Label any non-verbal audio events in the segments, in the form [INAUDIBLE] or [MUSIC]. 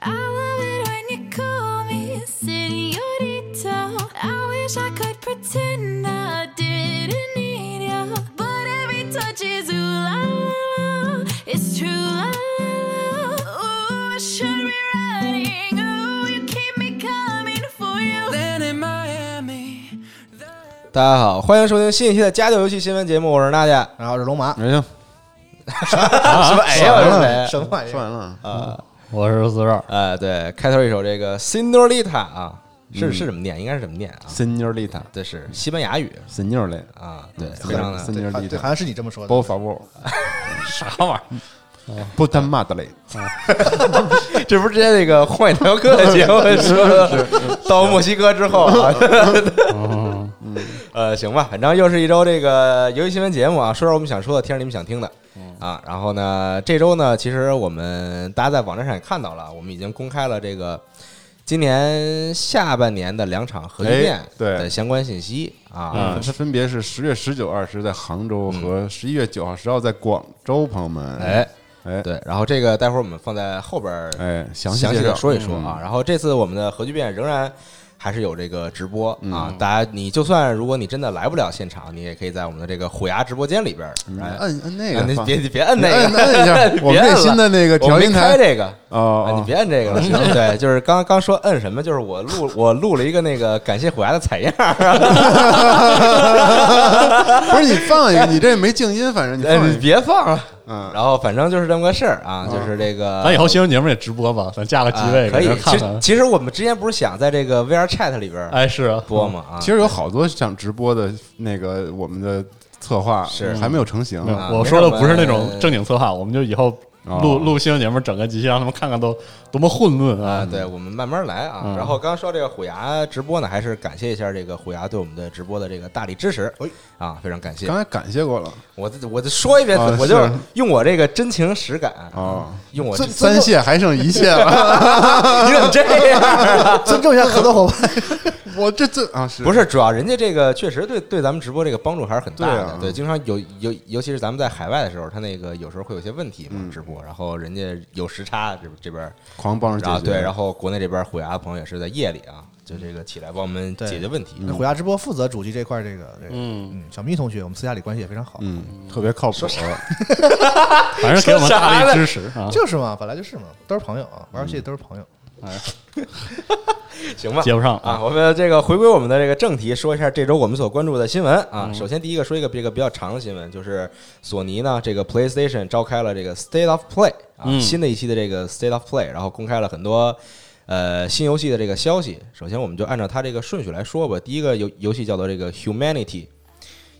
I love it when you call me senorita. I wish I could pretend I didn't need you, but every touch is ooh la la, la. it's true la la. la. Ooh, I should be running. Ooh, you keep me coming for you. 大家好，欢迎收听新一期的《家教游戏新闻节目》，我是娜姐，然后是龙马，哎呀，什么哎呀，我是谁？ [LAUGHS] 什么玩意说儿？完了，啊，我是四十二，哎，对，开头一首这个《Cinderella》啊，是是怎么念？应该是怎么念啊？森妞丽塔，这是西班牙语森妞嘞，啊，对，非常的森妞对，好丽对，好塔，像是你这么说包的。[LAUGHS] 法布，啥玩意儿？ [LAUGHS] 不丹马德嘞，这不是之前那个《荒野大镖客》的 [LAUGHS] 节目说的，到墨西哥之后啊， [LAUGHS] 呃，行吧，反正又是一周这个游戏新闻节目啊，说说我们想说的，听着你们想听的嗯啊。然后呢，这周呢，其实我们大家在网站上也看到了，我们已经公开了这个今年下半年的两场核聚变哎对的相关信息啊嗯啊，。它分别是十月十九、二十在杭州和十一月九号、十号在广州，朋友们，哎，哎对，然后这个待会儿我们放在后边儿哎，详详细介绍嗯的说一说啊。，然后这次我们的核聚变仍然还是有这个直播嗯啊，大家你就算如果你真的来不了现场，你也可以在我们的这个虎牙直播间里边儿，嗯哎，摁摁那啊个你放，别别摁那摁个，摁一别下，我们摁那了新的那个我调没音开台，这个。啊，哦，你别摁这个 [LAUGHS] 了，行对，就是刚刚说摁什么，就是我录我录了一个那个感谢虎牙的采样，不是你放一个，你这没静音，[LAUGHS] 反正你哎放你一个，别放了。嗯然后反正就是这么个事儿啊，就是这个。咱以后新闻节目也直播吧，咱架个机啊位可给以人，其看实看。其实我们之前不是想在这个 VR Chat 里边儿哎，是啊，播吗？啊，其实有好多想直播的那个我们的策划是还没有成型没有啊我说的不是那没什么种正经策划，我们就以后录哦录新闻节目，整个集期让他们看看都多么混乱啊，嗯啊！对，我们慢慢来啊。嗯然后刚刚说这个虎牙直播呢，还是感谢一下这个虎牙对我们的直播的这个大力支持哎，啊，非常感谢刚。才感谢过了我再我再说一遍啊，我就是用我这个真情实感，哦，用我三真 [LAUGHS] 三谢还剩一谢了，你怎么 [LAUGHS] 这样？尊重一下合作伙伴，我这这啊是不是，主要人家这个确实对对咱们直播这个帮助还是很大对的啊。对，经常有尤尤其是咱们在海外的时候，他那个有时候会有些问题嗯嘛，直播，然后人家有时差这这边儿，狂帮人然后啊解决？啊对，然后国内这边虎牙的朋友也是在夜里啊，就这个起来帮我们对解决问题。嗯虎牙直播负责主机这块儿这个这个，嗯，嗯，小咪同学，我们私下里关系也非常好，嗯，特别靠谱。反正给我们大力支持啊！就是嘛，本来就是嘛，都是朋友啊，玩游戏都是朋友。行吧，接不上啊，！我们这个回归我们的这个正题，说一下这周我们所关注的新闻啊。嗯首先第一个说一个这个比较长的新闻，就是索尼呢这个 PlayStation 召开了这个 State of Play 啊，嗯新的一期的这个 State of Play，然后公开了很多呃新游戏的这个消息。首先我们就按照它这个顺序来说吧。第一个游游戏叫做这个 Humanity，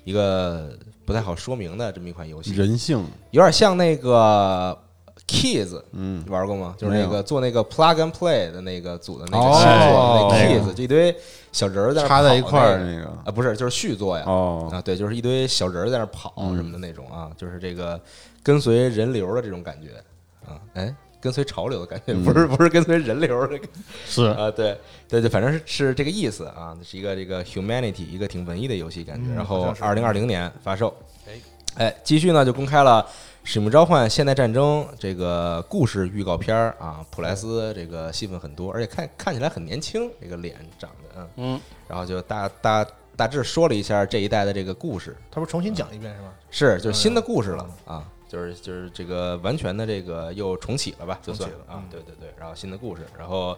一个不太好说明的这么一款游戏，人性，有点像那个 Keys，嗯你，玩过吗？就是没那有个做那个 plug and play 的那个组的那个哦新作，那哎个 keys 就一堆小人儿在那插在一跑块儿那那个个啊，不是，就是续作呀。哦，啊，对，就是一堆小人儿在那跑嗯什么的那种啊，就是这个跟随人流的这种感觉啊，哎，跟随潮流的感觉，嗯不是不是跟随人流的是啊，对对对，反正是是这个意思啊，是一个这个 humanity 一个挺文艺的游戏感觉。嗯然好后像是二零二零年发售，哎，继续呢就公开了《使命召唤：现代战争》这个故事预告片儿啊，普莱斯这个戏份很多，而且看看起来很年轻，这个脸长得嗯嗯，然后就大大大致说了一下这一代的这个故事，他不是重新讲一遍是吗？是就是新的嗯故事了啊。就是就是这个完全的这个又重启了吧，就重启算了啊嗯，对对对，然后新的故事，然后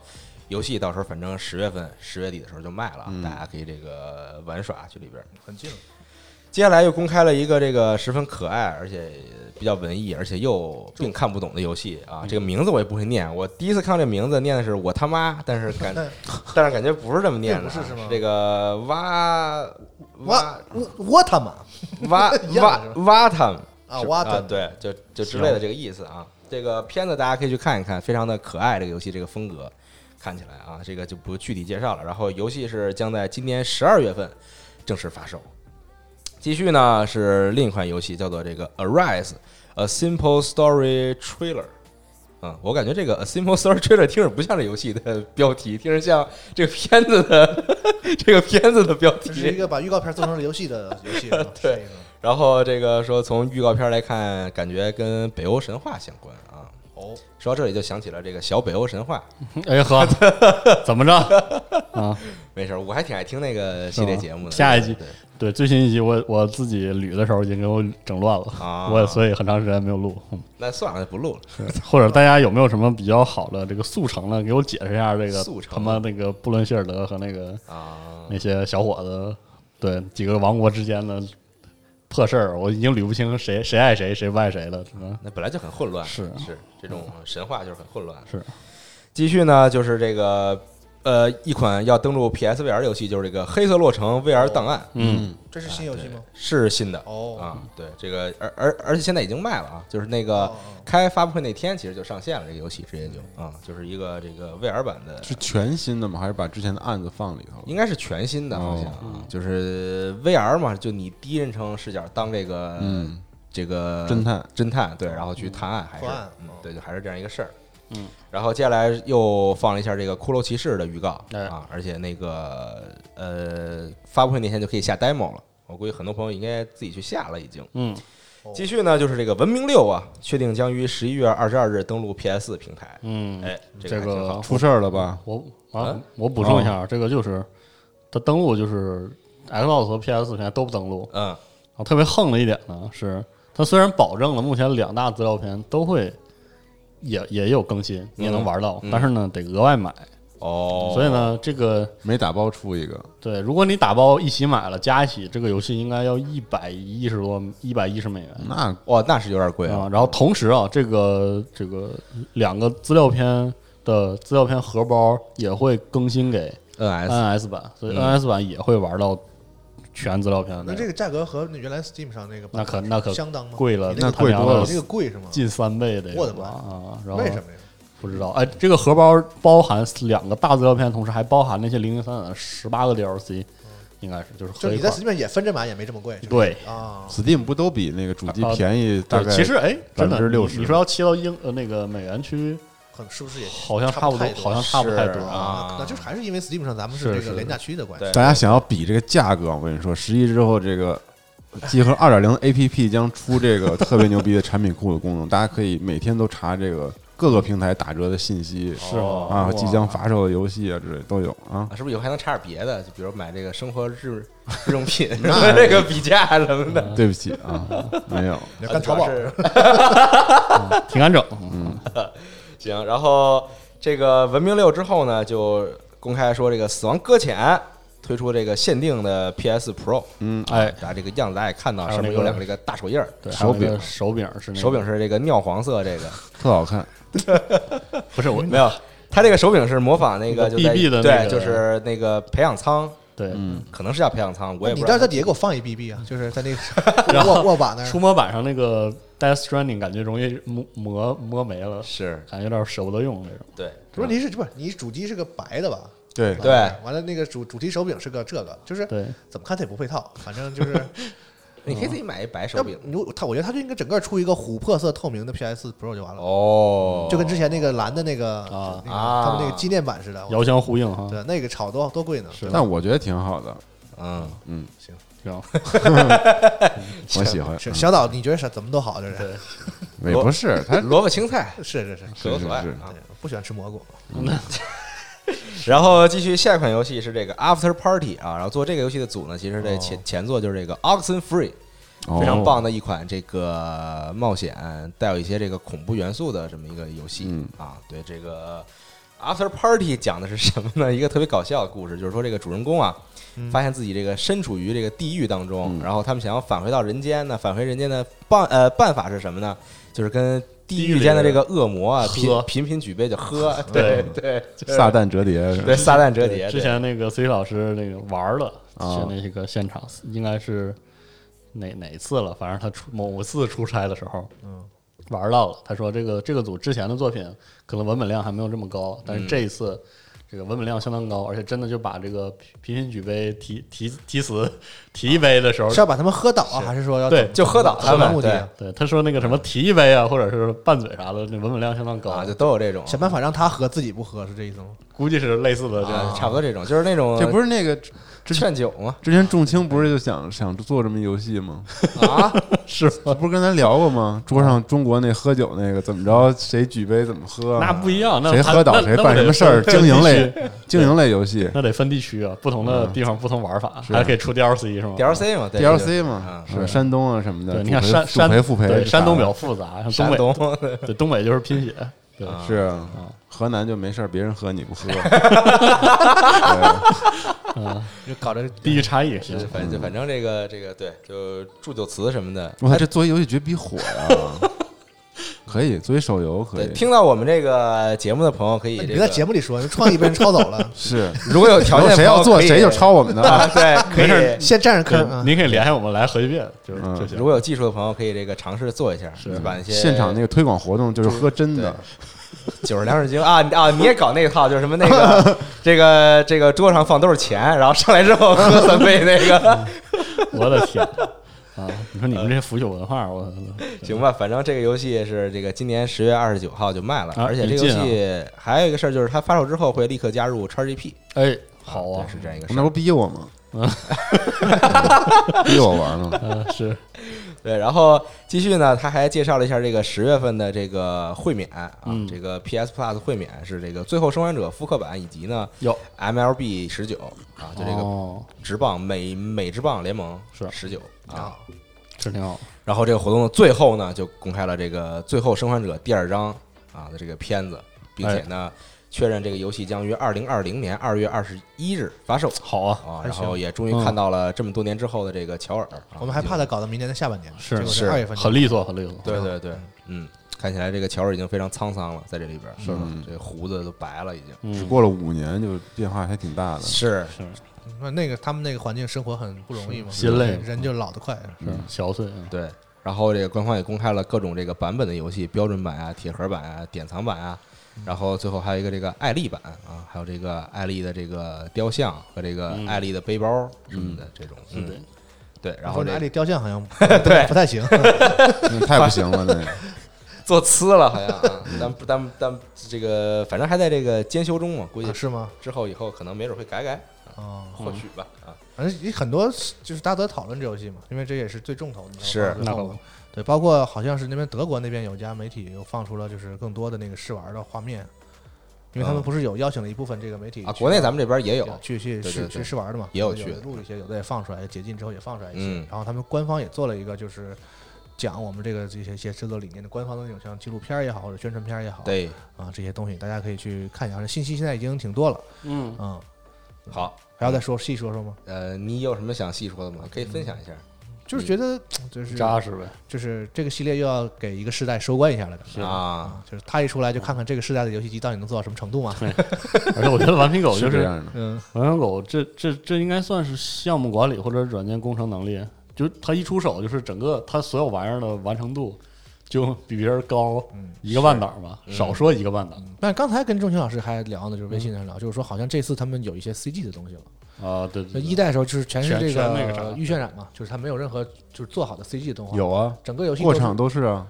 游戏到时候反正十月份十月底的时候就卖了啊，嗯大家可以这个玩耍去里边儿。很近了，接下来又公开了一个这个十分可爱，而且比较文艺，而且又并看不懂的游戏嗯啊！这个名字我也不会念，我第一次看这名字念的是我他妈，但是 [LAUGHS] 感但是感觉不是这么念的啊，并不是是吗这个哇哇我我我他妈哇 [LAUGHS] 一样哇的是吧哇他们啊是哇他啊们对，就就之类的这个意思啊。这个片子大家可以去看一看，非常的可爱，这个游戏这个风格看起来啊，这个就不具体介绍了。然后游戏是将在今年十二月份正式发售。继续呢是另一款游戏，叫做这个《Arise: A Simple Story Trailer》。嗯，我感觉这个《A Simple Story Trailer》听着不像这游戏的标题，听着像这个片子的 [LAUGHS] 这个片子的标这是一题。个把预告片做成了游戏 [LAUGHS] 的游戏，对是吧然后这个说从预告片来看，感觉跟北欧神话相关啊。哦，说到这里就想起了这个小北欧神话，哎 [LAUGHS] 呵，怎么着啊？没事儿，我还挺爱听那个系列节目的。是吗 [LAUGHS] 下一集对对，最新一集我我自己捋的时候已经给我整乱了，啊我所以很长时间没有录。嗯那算了，不录了。或者大家有没有什么比较好的这个速成的，给我解释一下这个速成他妈那个布伦希尔德和那个啊，那些小伙子，对几个王国之间的破事儿，我已经捋不清谁谁爱谁谁不爱谁了。嗯，那本来就很混乱，是是这种神话就是很混乱。是，继续呢，就是这个呃，一款要登陆 PSVR 游戏，就是这个《黑色洛城 VR 档案》嗯，这是新游戏吗？是新的哦，啊，对这个，而而而且现在已经卖了啊，就是那个哦开发布会那天其实就上线了，这个游戏直接就嗯啊，就是一个这个 VR 版的，是全新的吗？还是把之前的案子放里头了？应该是全新的，好像哦啊就是 VR 嘛，就你第一人称视角当这个嗯，这个侦探侦探对，然后去探案还是破案嗯哦对，就还是这样一个事儿。嗯，然后接下来又放了一下这个《骷髅骑士》的预告、哎啊，而且那个呃发布会那天就可以下 demo 了，我估计很多朋友应该自己去下了已经。嗯，继续呢，就是这个《文明六》啊，确定将于十一月二十二日登陆 PS 平台。嗯哎，这这个还挺好个出事儿了吧？我啊啊，我补充一下，这个就是它登录就是 Xbox 和 PS 平台都不登录，嗯，然后特别横的一点呢是，它虽然保证了目前两大资料片都会也也有更新，你也能玩到，嗯但是呢得额外买，哦，所以呢这个没打包出一个，对，如果你打包一起买了加一起，这个游戏应该要一百一十多一百一十美元。那哇，那是有点贵啊啊，，然后同时啊，这个这个两个资料片的资料片荷包也会更新给 NS NS 版，所以嗯 NS 版也会玩到全资料片的内那容。这个价格和那原来 Steam 上那个版那可那可相当吗？贵了，你那他贵娘多的了你这个贵是吗？近三倍得有吧，我的妈啊！然后为什么呀？不知道？哎，这个荷包包含两个大资料片，同时还包含那些零零散散的十八个 DLC，应该是就是嗯就合是一你块在儿。 Steam 上也分着买，也没这么贵。就是对啊， Steam 不都比那个主机啊便宜大概？对，其实哎，真的，你60%你说要切到英呃那个美元区，很是不是也好像差差不多太，好像差不太多是啊。啊那就是还是因为 Steam 上咱们是是这是个廉价区的关系对。大家想要比这个价格，我跟你说，十一之后这个。集合二点零 APP 将出这个特别牛逼的产品库的功能，大家可以每天都查这个各个平台打折的信息是吗啊，哇即将发售的游戏啊之类都有啊 [LAUGHS] 啊，。嗯是不是以后还能查点别的？就比如买这个生活日 [LAUGHS] 日用品什么这个比价什么嗯的。对不起啊，没有，啊你要干淘宝主要是挺敢整，行，然后这个《文明六》之后呢，就公开说这个《死亡搁浅》推出这个限定的 PS Pro，啊嗯，哎，大家这个样子大家也看到，还有上面那有个两个这个大手印儿，对，手还有那个柄手柄是那个手柄是这个尿黄色，这个特好看，不是我没有，它这个手柄是模仿那个那个就在 BB 的那对，个就是那个培养舱，对，嗯，可能是叫培养舱，我也你不到知在道。底下给我放一 BB 啊，就是在那 [LAUGHS] 然个后握握把那触儿。摸板上那个 Death Stranding 感觉容易磨磨磨没了，是感觉有点舍不得用那种。对，问题是，不是你主机是个白的吧？对对完了那个主主题手柄是个这个，就是对，怎么看它也不配套，反正就是。你可以自己买一白手要不柄如它，我觉得它就应该整个出一个琥珀色透明的 PS Pro 就完了，哦，就跟之前那个蓝的那个啊那个啊他们那个纪念版似的。遥相呼应哈，对，那个炒多多贵呢？是吧但我觉得挺好的，嗯，是吧？我喜欢，是小岛，你觉得啥怎么都好，这人也不是它萝卜青菜是是是是，各有所爱是是啊对。不喜欢吃蘑菇。然后继续下一款游戏是这个 After Party 啊，然后做这个游戏的组呢，其实这前、前作就是这个 Oxen Free，非常，哦棒的一款这个冒险带有一些这个恐怖元素的这么一个游戏、嗯啊。对这个 After Party 讲的是什么呢？一个特别搞笑的故事，就是说这个主人公啊，发现自己这个身处于这个地狱当中，嗯然后他们想要返回到人间呢，返回人间的办呃办法是什么呢？就是跟地狱间的这个恶魔啊，频喝频频举杯就喝，对 [LAUGHS] 对，就是撒旦折叠是吧对撒旦折叠，之对前那个 C 老师那个玩了，啊去那个现场，应该是哪哪次了？反正他出某次出差的时候，嗯，嗯玩到了。他说这个这个组之前的作品可能文本量还没有这么高，但是这一次这个文本量相当高，而且真的就把这个频频频举杯提提提死提一杯的时候是，要把他们喝倒啊，还是说要对怎么就喝倒他什么们，目对的啊？对他说那个什嗯么提一杯啊，或者是拌嘴啥的，那文本量相当高，啊，就都有这种，想办法让他喝，自己不喝，是这意思吗？估计是类似的这 [LAUGHS] 样。啊，差不多这种，就是那种这不是那个是劝酒吗？之前仲青不是就想想做这么一游戏吗？啊，是不是跟咱聊过吗？桌上中国那喝酒那个怎么着，谁举杯怎么喝啊？那不一样，那谁喝倒那谁那办那什么得 [LAUGHS] 事儿，分经营类地区经营类游戏那得分地区啊，不同的地方不同玩法，还可以出 DLC 是吗 DLC 嘛对 DLC 啊嘛，是是吧山东啊什么的，对，你看主陪山主山陪副陪啥对的，山东比较复杂，像山东北东对东北就是拼血，对，是啊，河南就没事儿，别人喝你不喝，就搞这地域差异是。反正反正这个这个对，就祝酒词什么的。我操，这作为游戏绝逼火呀！可以作为手游可对，以，，听到我们这个节目的朋友可以你这别在个节目里说，创意被人抄走了 [LAUGHS] 是如果有条件的朋友可以，谁要做谁就抄我们 [LAUGHS] 的啊啊！，对，可没事以儿。先占着可坑啊以，！您可以联系我们来核聚变，就是嗯这些如。果有技术的朋友，可以这个尝试做一下，就把那些现场那个推广活动就是喝真的，酒是粮食精啊你啊！你也搞那一套，就是什么那个这个这个桌上放都是钱，然后上来之后喝三杯那个， [LAUGHS] 我的天啊！你说你们这些腐朽文化，我行吧？反正这个游戏是这个今年十月二十九号就卖了，啊而且这个游戏还有一个事儿就是它发售之后会立刻加入 XGP，哎，好对啊，是这样一个事那儿。不逼我吗？ [LAUGHS] 逼我玩吗？嗯，是对，然后继续呢，他还介绍了一下这个十月份的这个会免啊，嗯这个 PS Plus 会免是这个《最后生还者》复刻版以及呢有 MLB 十九啊，就这个哦，职棒美美职棒联盟是十九啊。啊，是挺好。然后这个活动的最后呢，就公开了这个《最后生还者》第二章啊的这个片子，并哎且呢、确认这个游戏将于二零二零年二月二十一日发售好啊，啊。还然行后也终于嗯看到了这么多年之后的这个乔尔，啊我们还怕已他搞到明年的下半年，是结果是二月份就很利索，很利索。经。对对对，嗯，看起来这个乔尔已经非常沧桑了，在这里边是嗯这胡子都白了已经。只嗯，过了五年就变化还挺大的，是嗯那那个他们那个环境生活很不容易嘛，心累人就老得快。是小碎，嗯对。然后这个官方也公开了各种这个版本的游戏，标准版啊、铁盒版啊、典藏版啊，然后最后还有一个这个艾丽版啊，还有这个艾丽的这个雕像和这个艾丽的背包什么的这种。是的嗯，，对。然后哪这里雕 [LAUGHS] 像好像对不太行，那太不行了， [LAUGHS] 那个做呲了好像啊，咱不咱咱这个反正还在这个监修中嘛，估计啊 [LAUGHS] 是吗？之后以后可能没准会改改，哦，或许吧啊。反正也很多就是大家都在讨论这游戏嘛，因为这也是最重头的。是那个对，包括好像是那边德国那边有家媒体又放出了就是更多的那个试玩的画面，因为他嗯们不是有邀请了一部分这个媒体啊，去国内咱们这边也有对，去去对试对对去试玩的嘛，也有去的录一些，有的也放出来，解禁之后也放出来一些嗯。然后他们官方也做了一个就是。讲我们这个这些一些制作理念的官方的那种像纪录片儿也好，或者宣传片儿也好，对，啊这些东西，大家可以去看一下。信息现在已经挺多了，嗯，嗯，好，还要再说细说说吗？呃，你有什么想细说的吗？可以分享一下。就是嗯觉得就是扎实呗，就是这个系列又要给一个世代收官一下了的啊，，就是他一出来就看看这个世代的游戏机到底能做到什么程度嘛。而且我觉得顽皮狗就是这是样的。嗯，顽皮狗，这这这应该算是项目管理或者软件工程能力，就是他一出手就是整个他所有玩意儿的完成度就比别人高嗯一个半档吧，少说一个半档但刚才跟钟情老师还聊呢，就是微信上聊，就是说好像这次他们有一些 CG 的东西了。啊，对就对，嗯一对代的时候就是全是全这全那个啥预渲染嘛，就是他没有任何就是做好的 CG 的动画，有啊，整个游戏过都是场都是啊，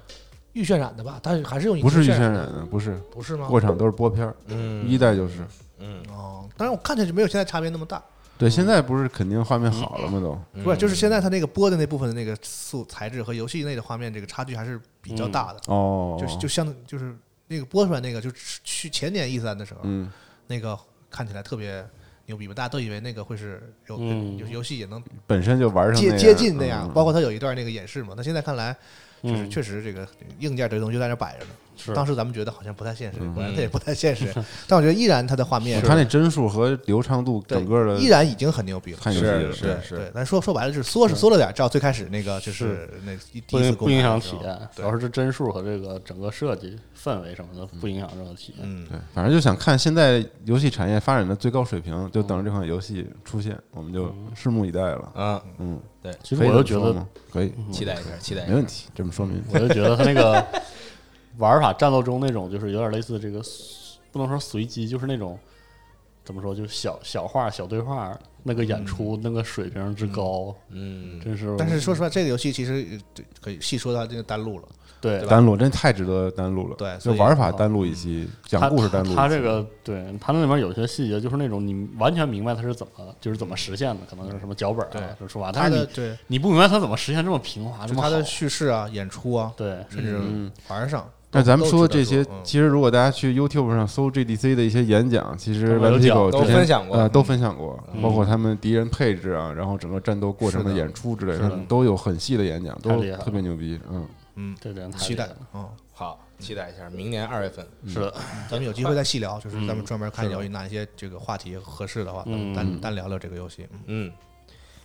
预渲染的吧？但是还是用不是预渲染染的，的，不是不是吗？过场都是播片儿，嗯，一代就是。嗯，哦，当然我看起来就没有现在差别那么大，对，现在不是肯定画面好了吗？都嗯不是？就是现在它那个播的那部分的那个素材质和游戏内的画面这个差距还是比嗯较大的，哦，就是就相就是那个播出来那个就是去前年 E 三的时候，嗯，那个看起来特别牛逼嘛，大家都以为那个会是有、嗯有游戏也能本身就玩上接那接近那样，嗯包括它有一段那个演示嘛。那现在看来，就是嗯确实这个硬件这个东西就在那摆着呢。是当时咱们觉得好像不太现实，嗯果然它也不太 [LAUGHS] 现实。但我觉得依然它的画面，它那帧数和流畅度，对整个的依然已经很牛逼了。太牛逼是了。是对是，，咱说说白了就是缩是缩了点，照最开始那个就是那一嗯不第一次影公不开影的响时体候验，主对要是这帧数和这个整个设计氛围什么的不影响这个体验。嗯，对，反正就想看现在游戏产业发展的最高水平，就嗯等着这款游戏出现，我们就拭目以待了。嗯，嗯，对，其实可以我就这觉么说得，嗯吗可以，期待一下，期待一下没问题，这么说明我就觉得他那个玩法战斗中那种，就是有点类似这个，不能说随机，就是那种怎么说，就小小画、小对话那个演出、那个水平之高，嗯，真是。但是说实话，这个游戏其实呃可以细说它这个单路了，对对吧单录真太值得单录了，对所就以玩法单录一期，讲嗯他故事单录一期。他这个对他那里面有些细节，就是那种你完全明白他是怎么，就是怎么实现的，可能是什么脚本对啊，就说话，它但是的你对，你不明白他怎么实现这么平滑，就这么它的好叙事啊、演出啊，对甚至嗯玩上。那咱们说说的这些，嗯嗯其实如果大家去 YouTube 上搜 GDC 的一些演讲，其实他们有 Van p i c o 都之前分享过呃，都分享过，嗯包括他们敌人配置啊，然后整个战斗过程的是的演出之类的，是的他们都有很细的演讲，都太厉害了特别牛逼。嗯，嗯，这点太期待厉害了嗯，好，期待一下明年二月份。是的，咱们有机会再细聊，就是咱们嗯专门看是的有哪一些这个话题合适的话，咱们嗯单单聊聊这个游戏。嗯嗯，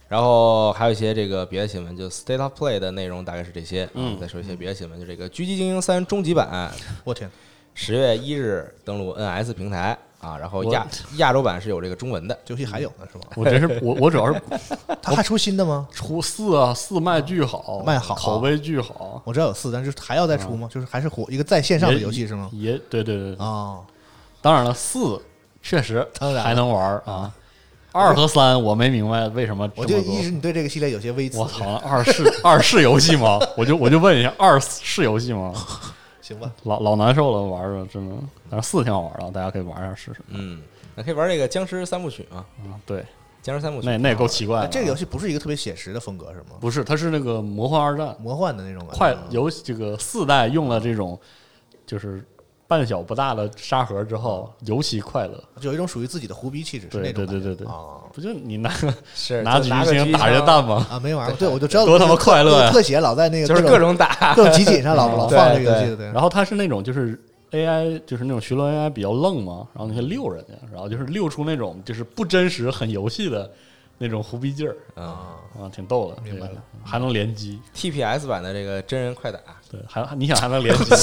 然后还有一些这个别的新闻，就 State of Play 的内容大概是这些。啊嗯再说一些别的新闻，就这个《狙击精英三》终极版我天，十月一日登陆 NS 平台啊，然后我亚亚洲版是有这个中文的。这游戏还嗯有呢是吧？我真是我我主要是它还出新的吗？出四啊，四卖巨好，卖好口碑巨好，我知道有四，但是还要再出吗？就是还是火一个在线上的游戏是吗？啊也对对对，哦，当然了，四确实当然还能玩儿啊，二和三我没明白为什么这我么就多。一直你对这个系列有些微词我，操，二是二是游戏吗？我就我就问一下，二是游戏吗？行吧？老老难受了，玩着真的。但是四挺好玩的，大家可以玩一下试试。嗯，那可以玩这个僵尸三部曲嘛？嗯啊，对，僵尸三部曲那那也够奇怪那的。哎这个游戏戏不是一个特别写实的风格是吗？不是，它是那个魔幻二战，魔幻的那种感觉快游戏这个四代用了这种就是半小不大的沙盒之后，嗯尤其快乐。就有一种属于自己的胡逼气质，是对那对种感觉对对对啊不就你拿个是拿就狙拿击个狙星击打人枪弹吗？啊，没玩过，对我就知道多他妈快乐呀特写老在那个就是各各种打。 [LAUGHS] 各种集锦上老老对放这个对游戏的，对然后它是那种就是 AI，就是那种巡逻 AI 比较愣嘛，然后你可以溜人家，然后就是溜出那种就是不真实、很游戏的那种胡逼劲儿嗯啊，挺逗的。明白这个了，还能联机， ，TPS 版的这个真人快打，对，还 [LAUGHS] 还你想还能联机， [LAUGHS]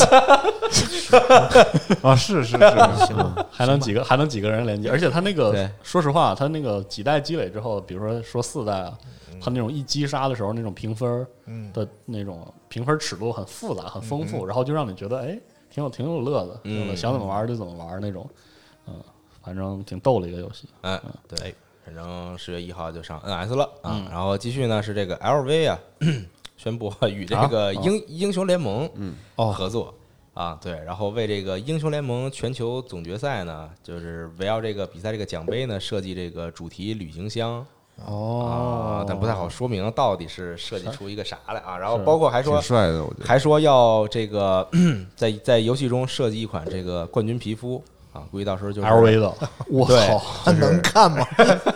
啊，[LAUGHS] 是是是，行吧， [LAUGHS] 还能几个还能几个人联机，而且它对那个说实话，它那个几代积累之后，比如说说四代啊，嗯它那种一击杀的时候那种评分嗯，的那种评分尺度很复杂、很丰富，然后就让你觉得哎，挺有挺有乐子，嗯挺有乐想怎么玩就怎么玩那种，嗯，反正挺逗的一个游戏。嗯，对，反正十月一号就上 NS 了啊。嗯然后继续呢是这个 LV 啊， [CLEARS THROAT] 宣布与这个啊啊英、英雄联盟嗯哦合作。啊，对，然后为这个英雄联盟全球总决赛呢，就是围绕这个比赛这个奖杯呢，设计这个主题旅行箱哦啊，但不太好说明到底是设计出一个啥来啊。然后是包括还说挺帅的，我觉得。还说要这个 [CLEARS THROAT] 在在游戏中设计一款这个冠军皮肤啊，估计到时候就是 LV 的，我对操！那能看吗？ [LAUGHS]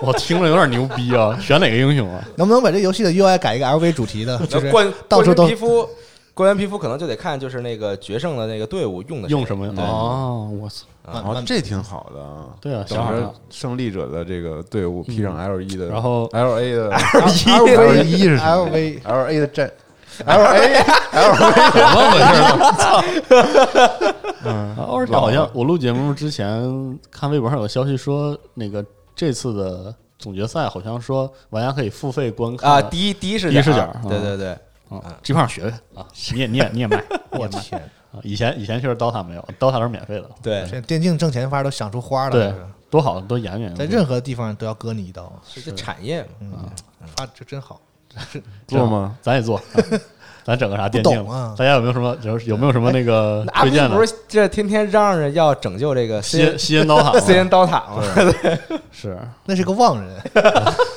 我听着有点牛逼啊！选哪个英雄啊？能不能把这游戏的 UI 改一个 LV 主题的？ [LAUGHS] 就那是冠到处都冠军皮肤，官员皮肤可能就得看就是那个决胜的 [LAUGHS] 那个队伍用的用么。什么呀？哦，我操！啊然后这挺好的啊，对啊等想好着了胜利者的这个队伍披上 L 一的，然后 L A 的 L ，LV 一是什么 LV L A 的战 L A L A 怎么回事？嗯，而且好像我录节目之前看微博上有个消息说，那个这次的总决赛好像说玩家可以付费观看啊，第一第一视第一视角啊对对对，啊，这块学学啊！你也你也你 [LAUGHS] 也卖我天，啊！以前以前确实 DOTA 没有，DOTA 都是免费的，对，这电竞挣钱法都想出花了，对就是，多好，多研究研在究。任何地方都要割你一刀，是这产业嘛，嗯，发这真好。 [LAUGHS] 做吗？咱也 [LAUGHS] 做，啊咱整个啥电竞不懂啊哎大家有没有什么有有没有什么那个那阿推斌荐不的？是这天天嚷嚷要拯救这个西 C 安西安 [LAUGHS] DOTA 吗 C N 刀塔嘛？是那是个旺人，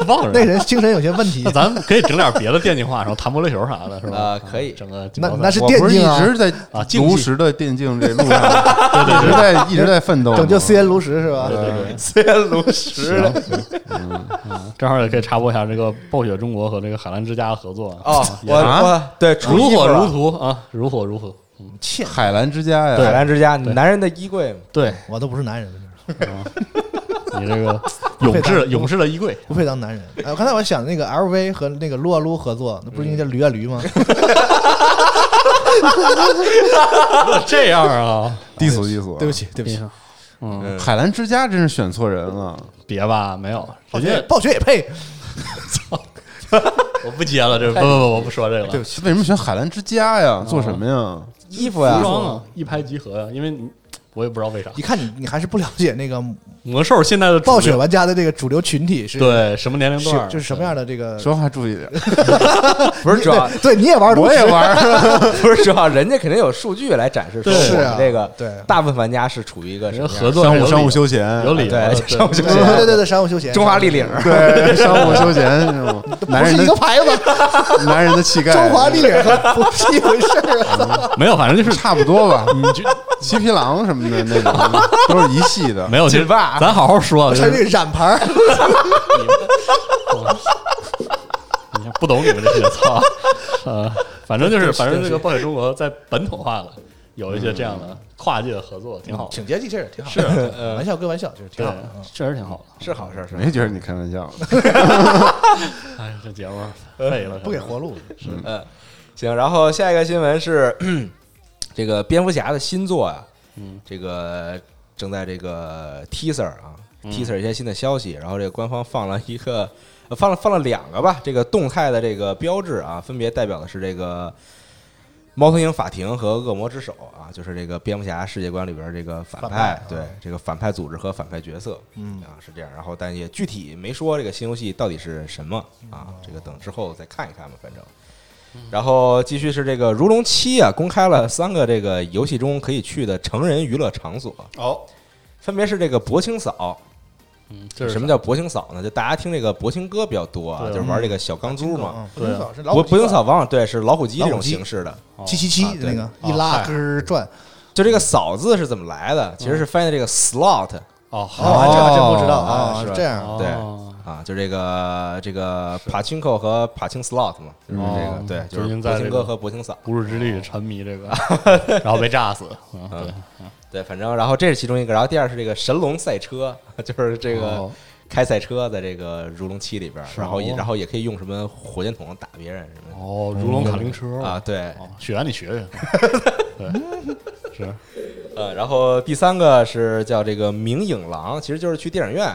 忘了那人精神有些问题那。咱们可以整点别的电竞话，什么弹玻璃球啥的，是吧？啊可以整个那锦标那赛是我电不是一竞啊直在啊竞技如实的电竞这路上，一直在一直在奋斗吗，拯救 CN 炉石是吧？ c N 炉石 [LAUGHS] 的嗯正好也可以插播一下这个暴雪中国和这个海澜之家的合作啊，哦，我我对，出如衣服火了如荼啊，如火如荼。切，海澜之家呀，海澜之家，对男人的衣柜嘛，对我都不是男人，啊，你这 [LAUGHS] 个勇士勇士的衣柜，不配当男人。哎，刚才我想那个 LV 和那个撸啊撸合作，那不是应该叫驴啊驴吗？ [LAUGHS] 这样 [LAUGHS] 啊？低俗低俗，对不，起，对不起，，嗯，海澜之家真是选错人了，别吧，没有，暴直雪接暴雪也配？我不接了，这不不不，我不说这个了。为什么选海澜之家呀？做什么呀？衣服呀啊服，装啊，一拍即合呀，因为你我也不知道为啥。一看你，你还是不了解那个魔兽现在的主暴流雪玩家的这个主流群体是对什么年龄是段儿就是什么样的这个。说话注意点。不是主要，对，你也玩炉我石，也玩儿，不是主要，人家肯定有数据来展示说对我是们啊，这个对大部分玩家是处于一个什么人样合作商是有务理商务的休闲有理由的对对商务休对对闲，哎对对对，商务休闲，中华立领儿，对商务休闲是吗？不男是人一个的牌子，男人的气概，中华立领和 [LAUGHS] 不是一回事儿啊。 [LAUGHS] 没有，反正就是 [LAUGHS] 差不多吧。你就七匹狼什么的那种，都是一系 [LAUGHS] 的。没有。就是劲霸咱好好说，就它是这个染牌儿，你看不懂你们这些操，呃，反正就是，反正这个暴雪中国在本土化了，有一些这样的跨界的合作，挺好的，挺接地气儿，挺好。是 [LAUGHS] 呃玩笑归玩笑，就是嗯挺对好的。嗯，确实挺好的。是好事儿，是好事没觉得你开玩笑，哎呀，这节目废了，不给活路，嗯，行，然后下一个新闻是这个蝙蝠侠的新作啊，嗯，这个正在这个 teaser 啊嗯，teaser 一些新的消息，然后这个官方放了一个，呃放了放了两个吧，这个动态的这个标志啊，分别代表的是这个。猫头鹰法庭和恶魔之手啊，就是这个蝙蝠侠世界观里边这个反派，反派啊对这个反派组织和反派角色，嗯啊是这样，然后但也具体没说这个新游戏到底是什么嗯啊，这个等之后再看一看吧，反正。然后继续是这个《如龙七》啊，公开了三个这个游戏中可以去的成人娱乐场所，哦，分别是这个博青嫂。嗯，这是什么叫叫博青嫂呢？就大家听这个博青哥比较多啊，对就是玩这个小钢珠嘛。嗯，不行扫是啊老博虎博机青吧嫂往往对是老虎机这老种虎机形式的，七七七那个一拉根儿转，就这个“嫂”字是怎么来的？其嗯实是翻译这个 “slot”，哦，好哦，这还真不知道哦啊是，吧这样对哦啊，就这个这个 pachinko 和 pachin slot 嘛，就是这个哦对，就最是近在博青这哥个和博青嫂， [LAUGHS] 不日之力沉迷这个，然后被炸死，嗯对，对，反正然后这是其中一个，然后第二是这个神龙赛车， [LAUGHS] 就是这个哦开赛车在这个如龙七里边儿，然后也哦然后也可以用什么火箭筒打别人什么哦，如龙卡丁车的啊，，对，哦雪原你学学，对，是呃，然后第三个是叫这个明影廊，其实就是去电影院。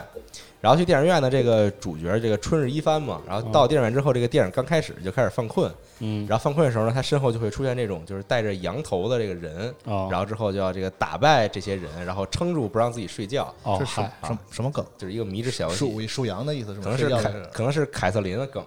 然后去电影院的这个主角，这个春日一番嘛，然后哦到电影院之后，这个电影刚开始就开始犯困，嗯，然后犯困的时候呢，他身后就会出现这种就是带着羊头的这个人，哦然后之后就要这个打败这些人，然后撑住不让自己睡觉，哦，这是嗨，什么什么梗？就是一个迷之小游戏，属属羊的意思是吗？可能睡是觉凯的可能是凯瑟琳的梗。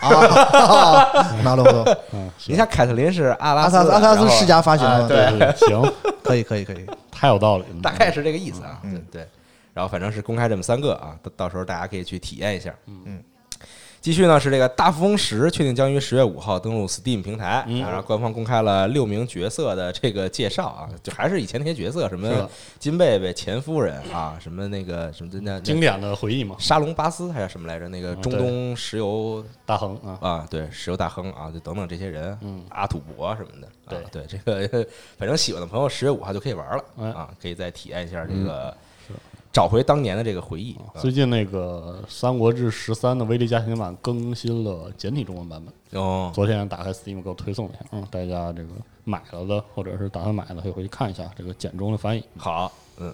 啊， [LAUGHS] 拿了不多。嗯，你像凯瑟琳是阿拉 [LAUGHS] 阿斯 [LAUGHS] 萨斯阿萨然斯后嗯世家发行的，啊对，对行，可以可以可以，太有道理了，大概是这个意思啊，嗯对对。然后反正是公开这么三个啊，到到时候大家可以去体验一下。嗯，继续呢是这个大富翁十确定将于十月五号登陆 Steam 平台，嗯然后官方公开了六名角色的这个介绍啊，就还是以前那些角色，什是么的金贝贝、前夫人啊，什么那个什么那那经典的回忆嘛，沙龙巴斯还是什么来着？那个嗯中东石油大恒啊，啊，对，石油大亨啊，就等等这些人，嗯阿土伯什么的，啊、对对这个反正喜欢的朋友，十月五号就可以玩了、哎嗯啊，可以再体验一下这个，找回当年的这个回忆。啊最近那个《三国志十三》的威力加强版更新了简体中文版本，哦，昨天打开 Steam 给我推送了一下，嗯，大家这个买了的或者是打算买的，可以回去看一下这个简中的翻译。好，嗯，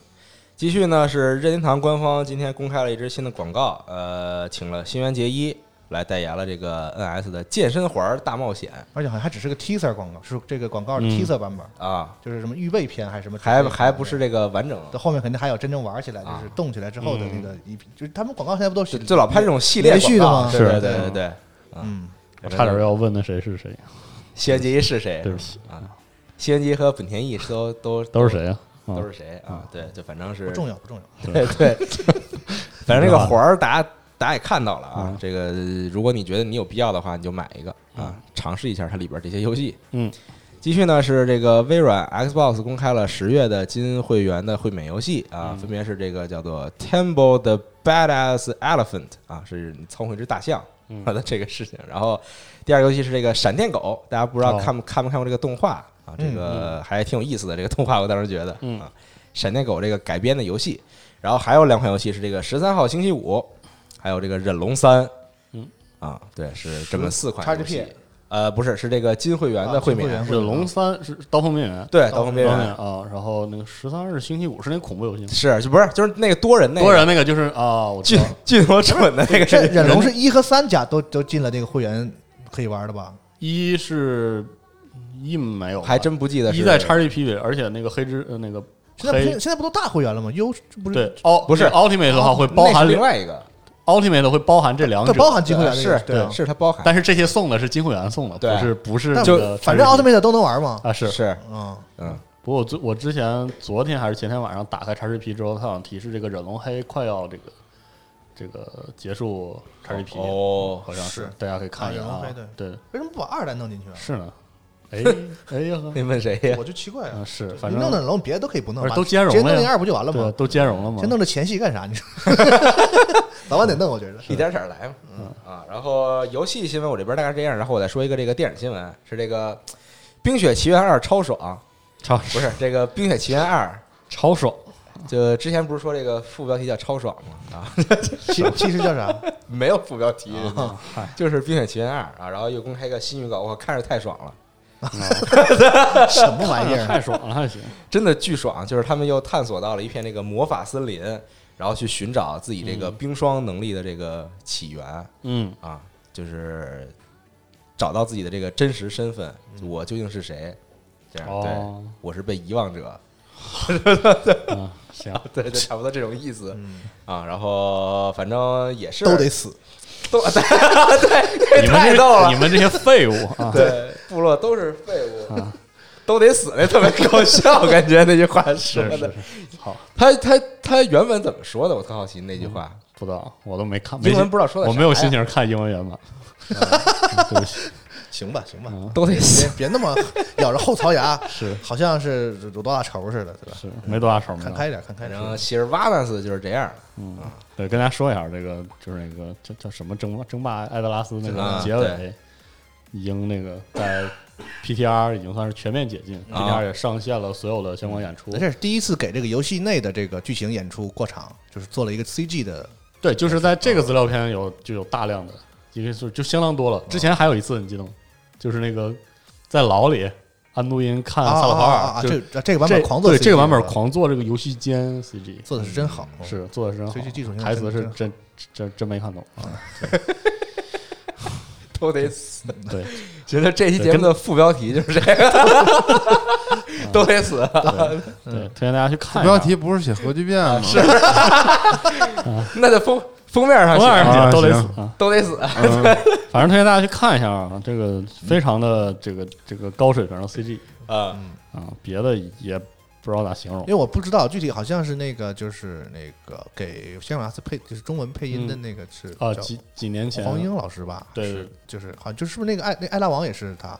继续呢是任天堂官方今天公开了一支新的广告，呃，请了新垣结衣来代言了这个 NS 的健身环大冒险而且好像还只是个 teaser 广告，是这个广告的嗯 teaser 版本，啊，就是什么预备片还是啊什么之类还的，还不是这个完整。对。后面肯定还有真正玩起来，就是动起来之后的那个一批，就是他们广告现在不都就是就老拍这种系列连续的广告吗对对对是对对，嗯，哎我差点要问那谁是谁，新垣结衣是谁？对不起，新垣结衣和本田翼都都都是谁呀、啊？都是谁啊？对，就反正是不重要不重要， [LAUGHS] 对对，反正这个环儿大家大家也看到了嗯啊。这个如果你觉得你有必要的话，你就买一个啊，尝试一下它里边这些游戏。嗯，继续呢是这个微软 Xbox 公开了十月的金会员的会免游戏嗯啊，分别是这个叫做 Temple the Badass Elephant 啊，是你操控一只大象。嗯啊的 [LAUGHS] 这个事情，然后第二个游戏是这个闪电狗，大家不知道哦看不看没看过这个动画啊？这个还挺有意思的，这个动画我当时觉得嗯啊，闪电狗这个改编的游戏，然后还有两款游戏是这个十三号星期五，还有这个忍龙三，嗯啊，对，是这么四款10游戏 XGP。呃，不是，是这个金会员的啊会金会免员，忍龙三是刀锋边缘，对，刀锋边刀锋缘边缘啊，然后那个十三日星期五是那恐怖游戏吗？是就不是就是那个多人那个多人那个就是啊，我知巨道巨多蠢的那 [LAUGHS] 个这人忍龙是一和三甲都都进了这个会员可以玩的吧？一是一没有吧，啊还真不记得是一在 XGP 里，而且那个黑之呃那个现在不黑现在不都大会员了吗？U 不是对，奥不是 Ultimate 的话会包那含是另外一个， Ultimate 会包含这两它者，包含金会员那是个对啊，是它包含，但是这些送的是金会员送的，对不是不是那但就个反正叉 G 奥特曼的都能玩嘛。啊是。是嗯，嗯不过我最我之前昨天还是前天晚上打开叉 GP 之后，它好像提示这个忍龙黑快要这个这个结束叉 GP，哦好像是大家可以看一眼啊啊忍龙黑，对，为什么不把二代弄进去啊？是 [LAUGHS] 呢，哎哎呀呵，那问谁呀我？就奇怪啊啊，是，你反正弄忍龙别的都可以不弄而，把都兼容直接了弄呀那二不就完了对吗？都兼容了嘛先，弄这前戏干啥？你说， [LAUGHS] 早晚得弄，我觉得。一点点儿来嘛，嗯啊，然后游戏新闻我这边大概是这样，然后我再说一个这个电影新闻，是这个《冰雪奇缘二》超爽，超不是这个《冰雪奇缘二 [LAUGHS] 超爽，》，就之前不是说这个副标题叫超爽吗？啊， [LAUGHS] 其其实叫啥？没有副标题，哦嗨就是《冰雪奇缘二》啊，然后又公开一个新预告，我看着太爽了，什么玩意看着太儿？啊爽了还行，真的巨爽，就是他们又探索到了一片这个魔法森林，然后去寻找自己这个冰霜能力的这个起源，嗯啊，就是找到自己的这个真实身份，我究竟是谁？这样，哦对，我是被遗忘者，嗯行， [LAUGHS] 对，对，差不多这种意思嗯啊。然后反正也是都得死。都 [LAUGHS] 对对，你们 [LAUGHS] 太这逗了你，们这些废物啊，对，啊部落都是废物。 [LAUGHS] 都得死，那特别搞 [LAUGHS] 笑，感觉那句话说是的是。是，好，他他他原文怎么说的？我特好奇那句话。不知道，我都没看，英文没心不知道说的我啥没有呀心情看英文 [LAUGHS] 原版。嗯对不起，行吧，行吧，都得死别别那么咬着后槽牙，嗯是好像是有多大仇似的，对吧？是没多大手，没看有开点，看开反点。正希尔瓦纳斯就是这样，对，跟大家说一下，这个就是那个叫叫什么争霸争霸艾德拉斯那啊个结尾，已经那个在 PTR 已经算是全面解禁啊，PTR 也上线了所有的相关演出。这是第一次给这个游戏内的这个剧情演出过场，就是做了一个 CG 的，对，就是在这个资料片有就有大量的，应该是就相当多了。之前还有一次，你记得吗？就是那个在牢里，安度因看啊萨勒啊啊法啊！尔，就这这个版本狂做 CG 对的，这个版本狂做这个游戏间 CG，做的是真好，是做的是真所以这技术好，性台词真是真真真没看懂啊。都得死。对，觉得这期节目的副标题就是这个，都得死。啊对，推荐大家去看一下。标题不是写核聚变啊吗？是那在封封面上同样写面是啊都得死行啊！都得死。嗯反正推荐大家去看一下啊，这个非常的这个这个高水平的 CG 啊，啊，别的也不知道咋形容因。为我不知道具体好像是那个就是那个给香港斯配就是中文配音的那个是啊，叫几几年前，黄英老师吧？对是就是好像就是不是那个艾那艾拉王也是他，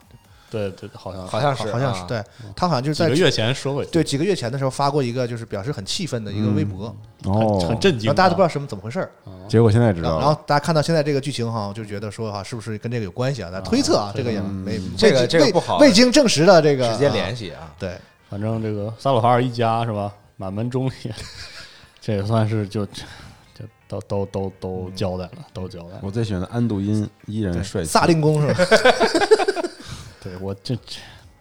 对对，好像好像是，好像是啊。对，他好像嗯就是几在个月前说过，对几个月前的时候发过一个就是表示很气愤的一个微博，哦，嗯 [LAUGHS] 很很震然惊后啊，大家都不知道什么怎么回事儿。结果现在知然道后然了后。大家看到现在这个剧情哈，就觉得说哈，是不是跟这个有关系啊？咱推测啊，这个也没嗯这个未这个未不好未经证实的这个直接啊联系啊，对，反正这个萨鲁法尔一家是吧，满门忠烈， [LAUGHS] 这也算是就这这都都都都交代了，都交代了。我最喜欢的安度因依然帅气，嗯萨令公是吧？对我这这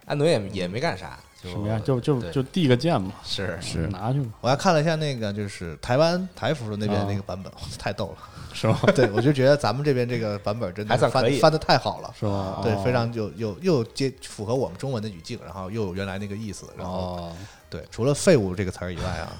安东也也没干啥，就什么呀？就就对就递个剑嘛，是是拿去嘛，我还看了一下那个就是台湾台服的那边啊那个版本，哇太逗了。[LAUGHS] 是吧？对，我就觉得咱们这边这个版本真的还算是可翻以翻的太好了。是吧？对哦，非常就又又接符合我们中文的语境，然后又有原来那个意思，然后哦，对，除了废物这个词儿以外啊，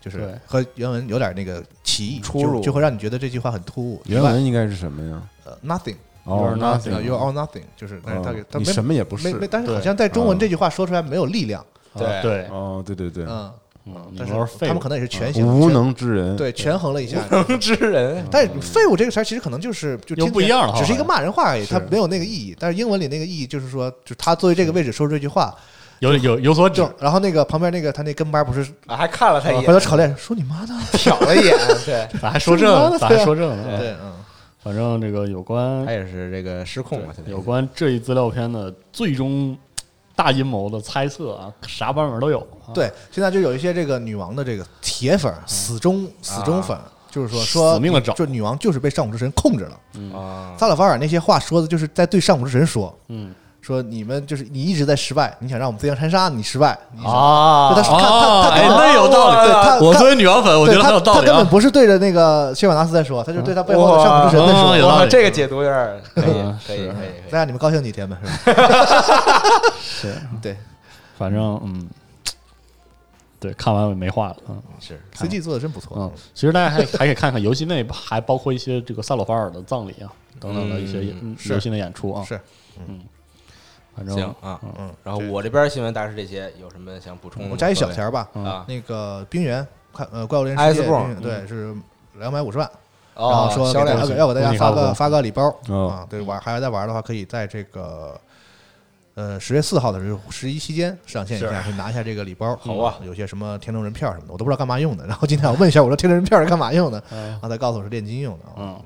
就是对和原文有点那个歧义出就入就会让你觉得这句话很突兀。原文应该是什么呀？呃，nothing，哦 You're 那 nothing 呃，you're all nothing，就是，哦但是他给嗯他你没什么也不是没没，但是好对像在中文嗯这句话说出来没有力量，对啊对，哦，对对对，嗯，嗯你们但是都是废他物嗯们可。能也是全行无全能之人，对权衡了一下。 [LAUGHS] 能之人，但是“废物”这个词儿其实可能就是嗯就又听不起来一样了哈只是一个好像骂人话而已，它是没有那个意义。但是英文里那个意义就是说，就他作为这个位置说出这句话，有有有所指就，然后那个旁边那个他那跟班不是啊还看了他哎一回头眼，吵脸说你妈呢？瞟了一 [LAUGHS] 眼，对，咋还说这呢？咋还说这呢？对，嗯，反正这哎个有他关也是这个失控了，现在有关这一资料片的最终大阴谋的猜测啊，啥版本都有。啊，对，现在就有一些这个女王的这个铁粉儿、死忠、死忠粉儿，就是说说嗯啊死命地找就女王就是被上古之神控制了。啊，萨勒法尔那些话说的就是在对上古之神说，嗯说你们就是你一直在失败，你想让我们自相残杀，你失败。你想啊就他看他他哎，他那有道理。对他我他作为女王粉，我觉对得他很有道他理根本啊。不是对着那个谢瓦纳斯在说，他就对他背后的上古之神在哇有说。道哇，理这个解读有点儿可以啊，可以，是可以，可以再让你们高兴几天吧，是吧？ [LAUGHS] 是， [LAUGHS] 对，反正嗯，对，看完我也没话了。嗯是 CG 做的真不错。嗯，其实大家还还可以看看游戏内还包括一些这个萨鲁法尔的葬礼啊等等的一些嗯嗯是游戏的演出啊。是，嗯，反正行啊，嗯，然后我这边新闻大致这些，有什么想补充的吗？我加一小各位条吧，啊，那个冰原快呃怪物猎人世界， Iceborne，冰原嗯对是两百五十万，然哦后，说销给量大家要给大家发个发个礼包哦啊，对玩还要再玩的话，可以在这个呃十月四号的时候十一期间上线一下，可以拿一下这个礼包。好啊嗯有些什么天龙人票什么的，我都不知道干嘛用的。然后今天我问一下，我说天龙人票是干嘛用的？哦然后他告诉我是炼金用的啊。嗯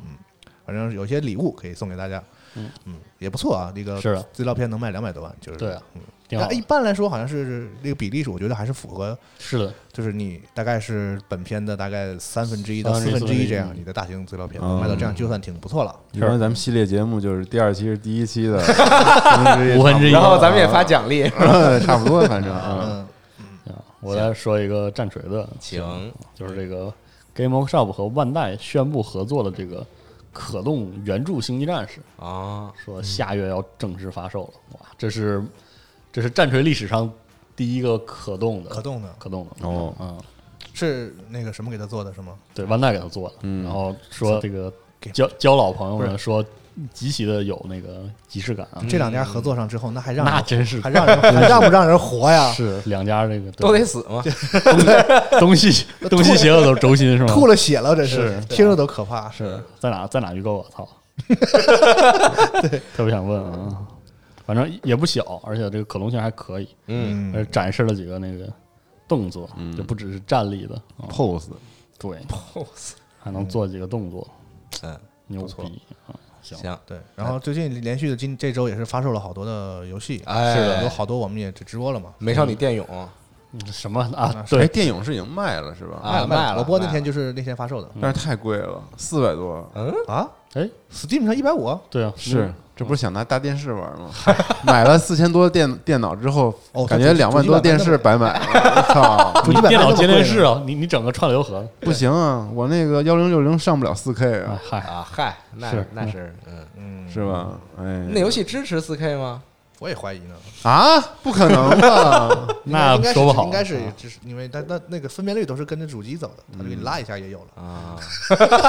反正有些礼物可以送给大家，嗯也不错啊。这个是的资料片能卖两百多万，就是对啊嗯，挺好但一的，般来说好像是这个比例是，我觉得还是符合，是的，就是你大概是本片的大概三分之一到三四分之一分之一这样，嗯你的大型资料片嗯卖到这样就算挺不错了。一般咱们系列节目就是第二期是第一期的 [LAUGHS] 五五分之一然后咱们也发奖 [LAUGHS] 励，们差不多，反正啊，嗯，啊我再说一个战锤的，请就是这个 Game Workshop 和万代宣布合作的这个可动原著《星际战士》，啊，说下月要正式发售了。嗯哇，这是这是战锤历史上第一个可动的可动的可动的哦嗯，是那个什么给他做的，是吗？对，万代给他做的。嗯然后说这个给交交老朋友不是们说极其的有那个即视感啊，这两家合作上之后，那还让那人真是还 [LAUGHS] 让人还让不让人活呀？是两家这个都得死嘛，东西东西邪恶都是轴心是吗？吐了血了，这是听着都可怕。是在哪在哪预购啊？操！对，特别想问啊，反正也不小，而且这个可动性还可以，嗯，而嗯，且展示了几个那个动作，就不只是站立的啊， ，pose 对，pose 还能做几个动作，嗯，牛错逼啊！行，行，对。然后最近连续的今这周也是发售了好多的游戏，哎是的有好多我们也直播了嘛。美少女电泳什么啊？哎，对，电影是已经卖了是吧？啊卖了，我播那卖天了就是那天发售的但是太贵了，四百多，啊哎， ，Steam 上一百五。对啊，是，这不是想拿大电视玩吗？ [LAUGHS] 买了四千多电电脑之后哦，感它觉主两万主机多版电本视白买了，操！主你机版电脑还这接么贵电呢视啊，你你整个串流盒，不行啊，我那个幺零六零上不了四 K 哎啊，嗨，啊，嗨，那是那是，嗯，是吧？哎，那游戏支持四 K 吗？我也怀疑呢，啊，不可能 [LAUGHS] 吧？ [LAUGHS] 那啊应该是说不好，啊应该是只是因为它那那个分辨率都是跟着主机走的，它就给嗯你拉一下也有了。啊，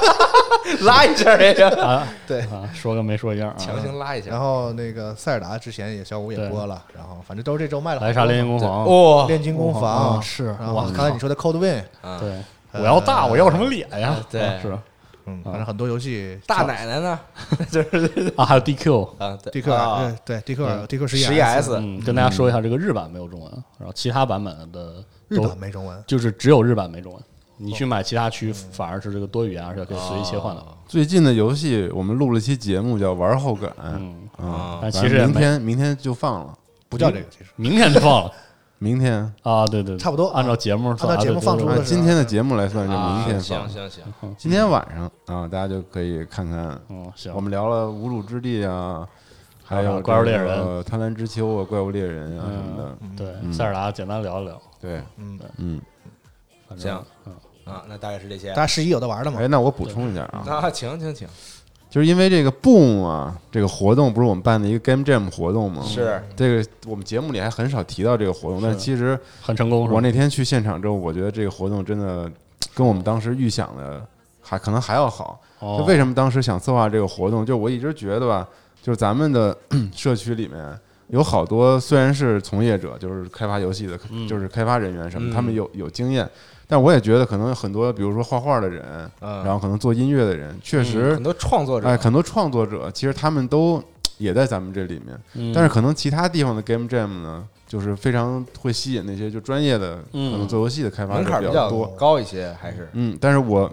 [LAUGHS] 拉一下这个，啊，对啊，说跟没说一样啊。强行拉一然下，后那个塞尔达之前也小五也对播了，然后反正都是这周卖了好多。莱莎炼金工哇、坊，炼金哦工坊啊是然后哇刚才你说的 Cold Win，啊，对，我要大，我要什么脸呀？对啊是嗯，反正很多游戏大奶奶呢？ [LAUGHS] 就是啊，还有 DQ，啊，迪克尔，啊，呃对迪克尔，迪克十十一一 S，嗯，跟大家说一下，这个日版没有中文，然后其他版本的日都版没中文，就是只有日版没中文。你去买其他区反而是这个多语言，而且可以随意切换的。哦最近的游戏，我们录了一期节目叫《玩后感》，嗯，啊，但反其正实也明没，天明天就放了，不叫这个，其实明天就放了明天啊！对对，对差不多按照节目照算啊节目对对放对出按的今天的节目来算，就明天行放。啊行行，今天晚上啊，大家就可以看看。嗯，行，我们聊了《无主之地》啊，还还有有怪物猎人这个贪婪之秋》啊，《怪物猎人》啊什么的。嗯对塞尔达简单聊一聊，对，嗯，嗯，反正行啊，那大概是这些大。家十一有的玩了嘛哎，？那我补充一下啊，那请请请，就是因为这个 Boom 啊，这个活动不是我们办的一个 Game Jam 活动吗？是这个我们节目里还很少提到这个活动，但其实很成功是吧我那天去现场之后，我觉得这个活动真的跟我们当时预想的还可能还要好。哦就为什么当时想策划这个活动？就我一直觉得吧，就是咱们的 [CLEARS THROAT] 社区里面有好多虽然是从业者，就是开发游戏的，就是开发人员什嗯么，他们有有经验，但我也觉得可能有很多，比如说画画的人，嗯然后可能做音乐的人，确实很多创嗯作者，哎，很多创作者其实他们都也在咱们这里面，嗯嗯但是可能其他地方的 Game Jam 呢，就是非常会吸引那些就专业的、嗯可能做游戏的开发门者槛比较较多。高一些，还是嗯，但是我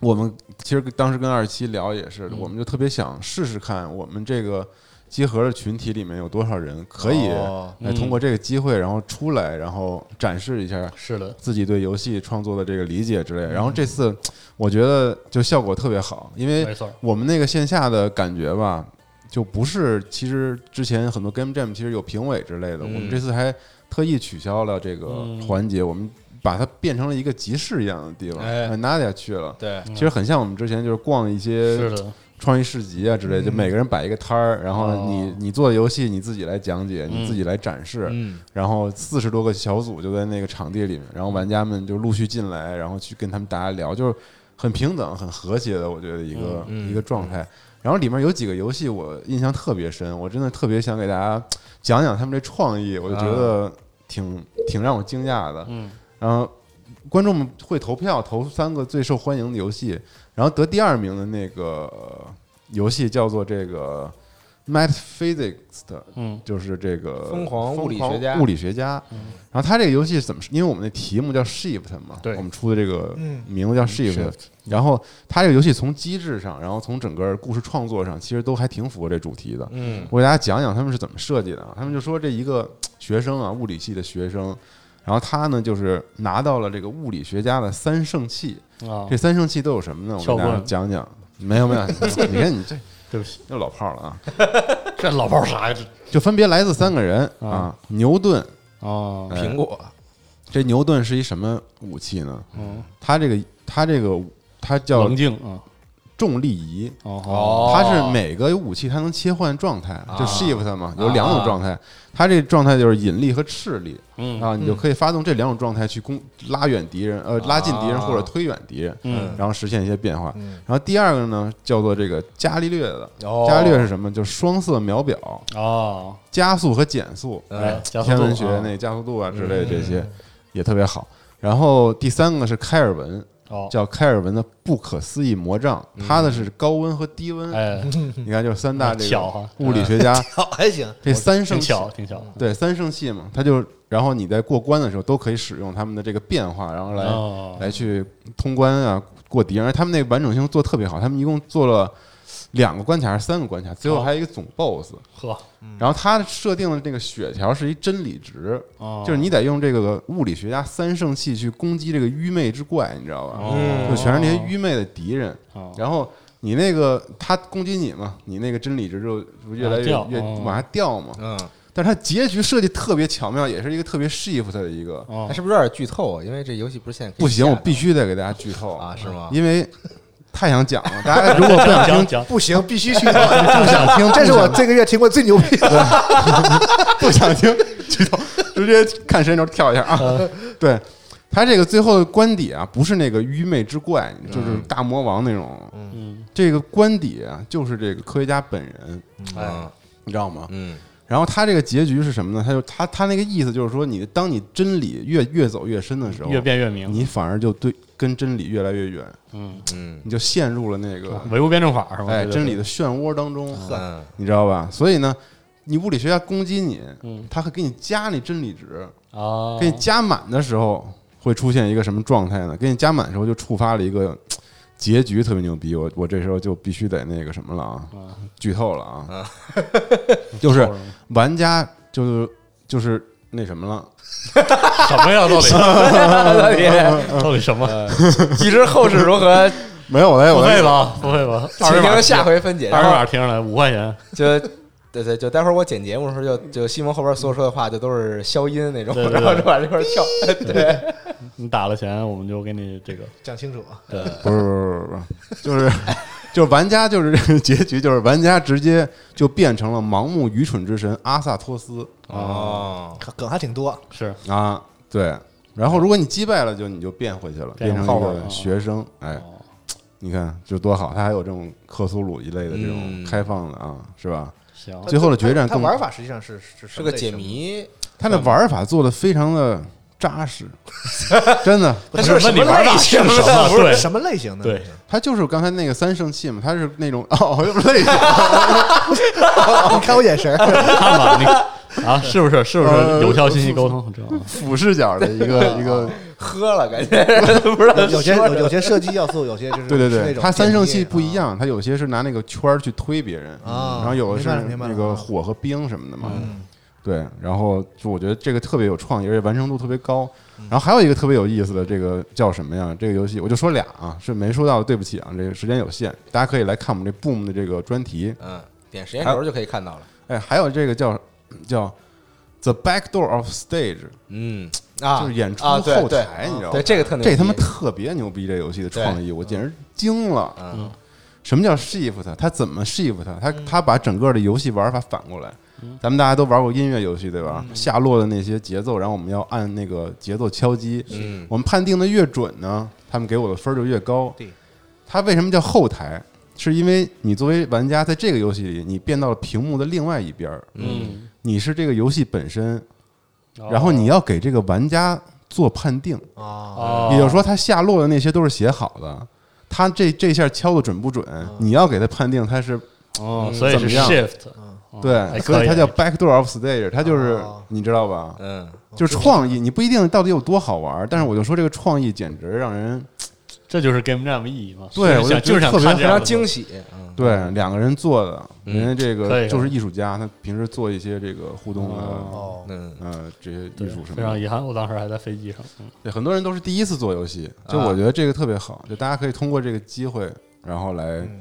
我们其实当时跟二七聊也是，我们就特别想试试看我们这个集合的群体里面有多少人可以哦来通过这个机会，然后出来，然后展示一下是的，自己对游戏创作的这个理解之类的。然后这次我觉得就效果特别好，因为没错，我们那个线下的感觉吧，就不是其实之前很多 Game Jam 其实有评委之类的，嗯我们这次还特意取消了这个环节，我们把它变成了一个集市一样的地方，哎让 Nadia 去了。对其实很像我们之前就是逛一些是的，创意市集啊之类，就每个人摆一个摊儿，然后你哦你做的游戏你自己来讲解，你嗯自己来展示，嗯，然后四十多个小组就在那个场地里面，然后玩家们就陆续进来，然后去跟他们大家聊，就是很平等、很和谐的，我觉得一个、嗯一个状态。然后里面有几个游戏我印象特别深，我真的特别想给大家讲讲他们这创意，我就觉得挺、挺让我惊讶的。嗯，然后观众们会投票投三个最受欢迎的游戏，然后得第二名的那个呃游戏叫做这个 Math Physics 的，嗯，就是这个疯狂物理疯狂学家物理学家。然后他这个游戏是怎么？因为我们的题目叫 Shift 嘛，对我们出的这个嗯名字叫 Shift Shift。然后他这个游戏从机制上，然后从整个故事创作上，其实都还挺符合这主题的。嗯，我给大家讲讲他们是怎么设计的啊。他们就说这一个学生啊，物理系的学生，然后他呢就是拿到了这个物理学家的三圣器。啊这，三圣器都有什么呢？我撬给大家棍讲讲。没有 [LAUGHS] 没有，你看你这对不起，又老炮儿了啊！这老炮儿啥呀？这就分别来自三个人啊，牛顿，啊，哎苹果，这牛顿是一什么武器呢？嗯，他这个他这个他叫棱镜啊，重力仪，哦，啊它是每个武器它能切换状态，就 shift 嘛，有两种状态。它这状态就是引力和斥力嗯啊啊，你就可以发动这两种状态去攻拉远敌人，呃，拉近敌人或者推远敌人，嗯然后实现一些变化。然后第二个呢，叫做这个伽利略的。哦伽利略是什么？就是双色秒表、哦，加速和减速。哎，加速天度嗯文学啊嗯那加速度啊之类的这些也特别好。然后第三个是开尔文，哦，叫开尔文的不可思议魔杖，它的是高温和低温。嗯哎，你看，就是三大这巧啊哈个物理学家好 [LAUGHS] 还行，这三圣挺器，巧，挺巧，对三圣器嘛，它就然后你在过关的时候都可以使用他们的这个变化，然后来哦，来去通关啊，过敌人。而他们那个完整性做得特别好，他们一共做了两个关卡还是三个关卡，最哦后还有一个总 BOSS。呵，然后它设定的这个血条是一真理值，哦就是你得用这个物理学家三圣器去攻击这个愚昧之怪，你知道吧？嗯就全是那些愚昧的敌人。哦然后你那个他攻击你嘛，你那个真理值就就越来越往下掉越哦往下掉嘛。嗯，但是它结局设计特别巧妙，也是一个特别 shift 的一个。哦那是不是有点剧透啊？因为这游戏不是现在可以不行，下我的必须得给大家剧透啊，是吗？因为太想讲 [LAUGHS] 了。大家如果不想讲听，讲不行，必须去到，不想听这是不我想这个月听过最牛逼的。不想听剧透，直接看时间轴跳一下嗯啊。对他这个最后的官邸啊，不是那个愚昧之怪，就是嗯大魔王那种。嗯，这个官邸啊，就是这个科学家本人，嗯你知道吗？嗯然后他这个结局是什么呢？他就他他那个意思就是说，你当你真理越越走越深的时候，越变越明，你反而就对跟真理越来越远，嗯，嗯你就陷入了那个唯物辩证法是吧？哎对真理，的漩涡当中。嗯，你知道吧？所以呢，你物理学家攻击你，嗯他会给你加那真理值，对哦，给你加满的时候会出现一个什么状态呢？给你加满的时候就触发了一个嘖结局，特别牛逼。我我这时候就必须得那个什么了啊，剧透了啊，就是玩家就是就是那什么了，什 [LAUGHS] 么呀？到底到底哎 [LAUGHS] 到底什么？既知后事如何，没有我来付我费来吧，付费 [LAUGHS] 吧，二请维码听下回分解。二然维啊后码贴上来五块钱，就对对，就待会儿我剪节目的时候，就就西蒙后边所说的话就都是消音那种，对对对然后就往这块儿跳。对，你打了钱，我们就给你 [LAUGHS] 这个， [LAUGHS] 讲清楚啊，对，不是不是不是不是，就是就是玩家就是这个结局，就是玩家直接就变成了盲目愚蠢之神阿萨托斯。哦，梗梗还 [LAUGHS] 挺多。是啊，对。然后如果你击败了，就你就变回去了，变变成成一后边儿个学生。哎，你看这多好，它还有这种克苏鲁一类的这种嗯开放的啊，是吧？ [LAUGHS] 行，最后的决战它更玩法实际上是是是是个解，谜，它的玩法做的非常的扎实，真的，它是问你玩法是什么不对是什么类型的？对它就是刚才那个三圣器嘛，它是那种哦，又累死了哦你看我眼 [LAUGHS] 神儿，看吧，你啊，是不是是不呃是有效信息沟通？这样俯视角的一个一个，喝了感觉不知道 [LAUGHS] 有有些说有有些射击要素，有些就是对对是那对，种啊它三圣器解谜不一样，它有些是拿那个圈儿去推别人，嗯啊然后有的是明白了明白了那个啊火和冰什么的嘛，嗯对，然后就我觉得这个特别有创意，而且完成度特别高。嗯然后还有一个特别有意思的，这个叫什么呀？这个游戏我就说俩啊，是没说到的，对不起啊，这个时间有限，大家可以来看我们这 Boom 的这个专题。嗯，点时间轴就可以看到了。哎，还有这个叫叫 The Back Door of Stage，嗯啊，就是演出啊对后对台，你知道吗对，？这个特牛逼这他妈特别牛逼，这游戏的创意我简直惊了。嗯，什么叫 shift？它怎么 shift？它它把整个的游戏玩法反过来。咱们大家都玩过音乐游戏对吧？下落的那些节奏，然后我们要按那个节奏敲击。我们判定的越准呢，他们给我的分儿就越高。对，它为什么叫后台？是因为你作为玩家在这个游戏里，你变到了屏幕的另外一边儿，嗯，你是这个游戏本身，哦然后你要给这个玩家做判定。啊，哦，也就是说，他下落的那些都是写好的，他这这下敲的准不准，你要给他判定他是嗯哦，所以嗯怎是么样嗯 shift，哦对，所以他它叫 backdoor of stage，它就是哦你知道吧？嗯，就是创意，你不一定到底有多好玩，但是我就说这个创意简直让人这就是 game jam 意义嘛？对就是想我就觉就是得想特别非看这样常的惊东西，喜，嗯对两个人做的，嗯人家这可以个啊就是艺术家，他平时做一些这个互动的哦，嗯，呃这些对艺术什非么常的遗憾，我当时还在飞机上。嗯对，很多人都是第一次做游戏，就啊我觉得这个特别好，就大家可以通过这个机会，然后来嗯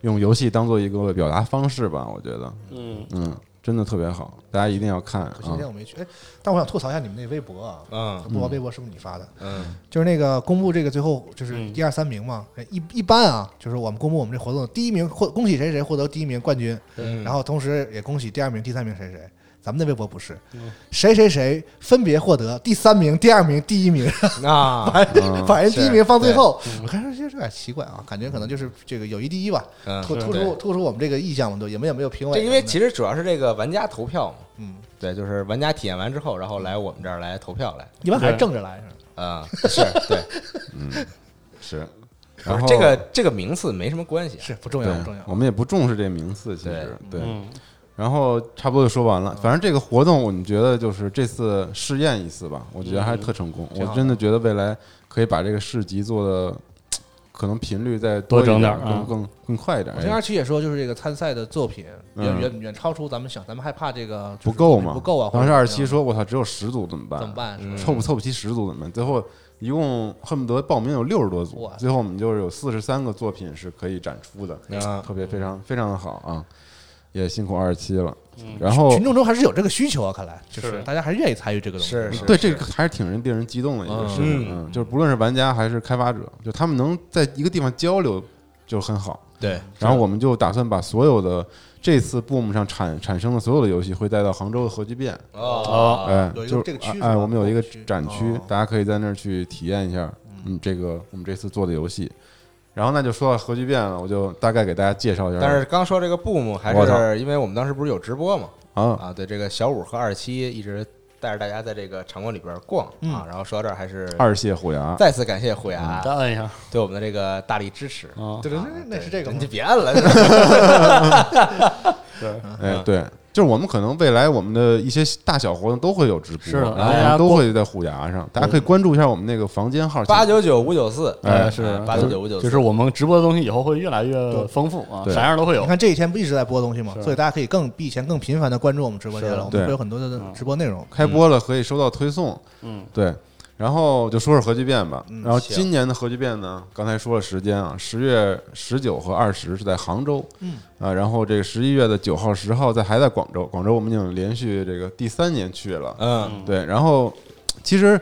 用游戏当做一个表达方式吧，我觉得，嗯，嗯，真的特别好，大家一定要看可惜那啊天我没去。哎，但我想吐槽一下你们那微博啊，嗯不知道微博是不是你发的？嗯就是那个公布这个最后就是嗯一二三名嘛，一一般啊，就是我们公布我们这活动第一名获恭喜谁谁获得第一名冠军，嗯 [LAUGHS] 然后同时也恭喜第二名、第三名谁谁。咱们的微博不是嗯，谁谁谁分别获得第三名、第二名、第一名， [LAUGHS] 啊，把嗯人把人第一名放最是后，我看着这有点奇怪啊，感觉可能就是这个友谊第一吧，嗯突是突出突出我们这个意向嘛，都也没有没有评委这什么的，因为其实主要是这个玩家投票嘛，嗯，对，就是玩家体验完之后，然后来我们这儿来投票来，一般还是正着来是吧啊，是对，是，不然是后这个这个名次没什么关系，啊是不重要对嗯不重要，，我们也不重视这名次，其实对，嗯然后差不多就说完了。反正这个活动，我们觉得就是这次试验一次吧，我觉得还是特成功。挺我好的真的觉得未来可以把这个市集做的可能频率再多一整点点，儿更啊更更快一点我。听二七也说，就是这个参赛的作品远哎嗯远远超出咱们想，咱们害怕这个就是不够嘛？不够啊！当时二七或者说：“我嗯操，只有十组怎么办？啊怎么办？嗯怎么办？是吧凑不凑不齐十组怎么办？”最后一共恨不得报名有六十多组哇，最后我们就是有四十三个作品是可以展出的，啊，特别非常非常的好啊！也辛苦二七了。嗯然后群众中还是有这个需求啊，看来就是是大家还是愿意参与这个东西。是是对，这个还是挺人令人激动的一个嗯事情，嗯嗯，就是不论是玩家还是开发者，就他们能在一个地方交流就很好。对，然后我们就打算把所有的这次 Boom 上产产生的所有的游戏会带到杭州的核聚变，哦哎，啊有一个就这个区是吧哎，我们有一个展区展区哦，大家可以在那儿去体验一下，嗯，这个我们这次做的游戏。然后那就说到核聚变了，我就大概给大家介绍一下。但是刚说这个 boom 还我操是因为我们当时不是有直播嘛，啊，啊，对，这个小五和二七一直带着大家在这个场馆里边逛嗯啊，然后说到这儿还是二蟹虎牙，再次感谢虎牙再按一下啊对我们的这个大力支持。哦对对，啊那那是这个你吗就别按了，哎，对，就是我们可能未来我们的一些大小活动都会有直播，是的然后我大们家都会在虎牙上，大家可以关注一下我们那个房间号八九九五九四，哎是啊八九九五九四，就是我们直播的东西以后会越来越丰富啊，对啥样都会有你。看这几天不一直在播东西吗？是所以大家可以更比以前更频繁的关注我们直播间是了，的我啊对嗯们会有很多的直播内容。开播了可以收到推送，嗯，对。然后就说说核聚变吧，嗯然后行今年的核聚变呢，刚才说了时间啊，十月十九和二十是在杭州，嗯啊，然后这个十一月的九号、十号在还在广州，广州我们已经连续这个第三年去了，嗯嗯对，然后其实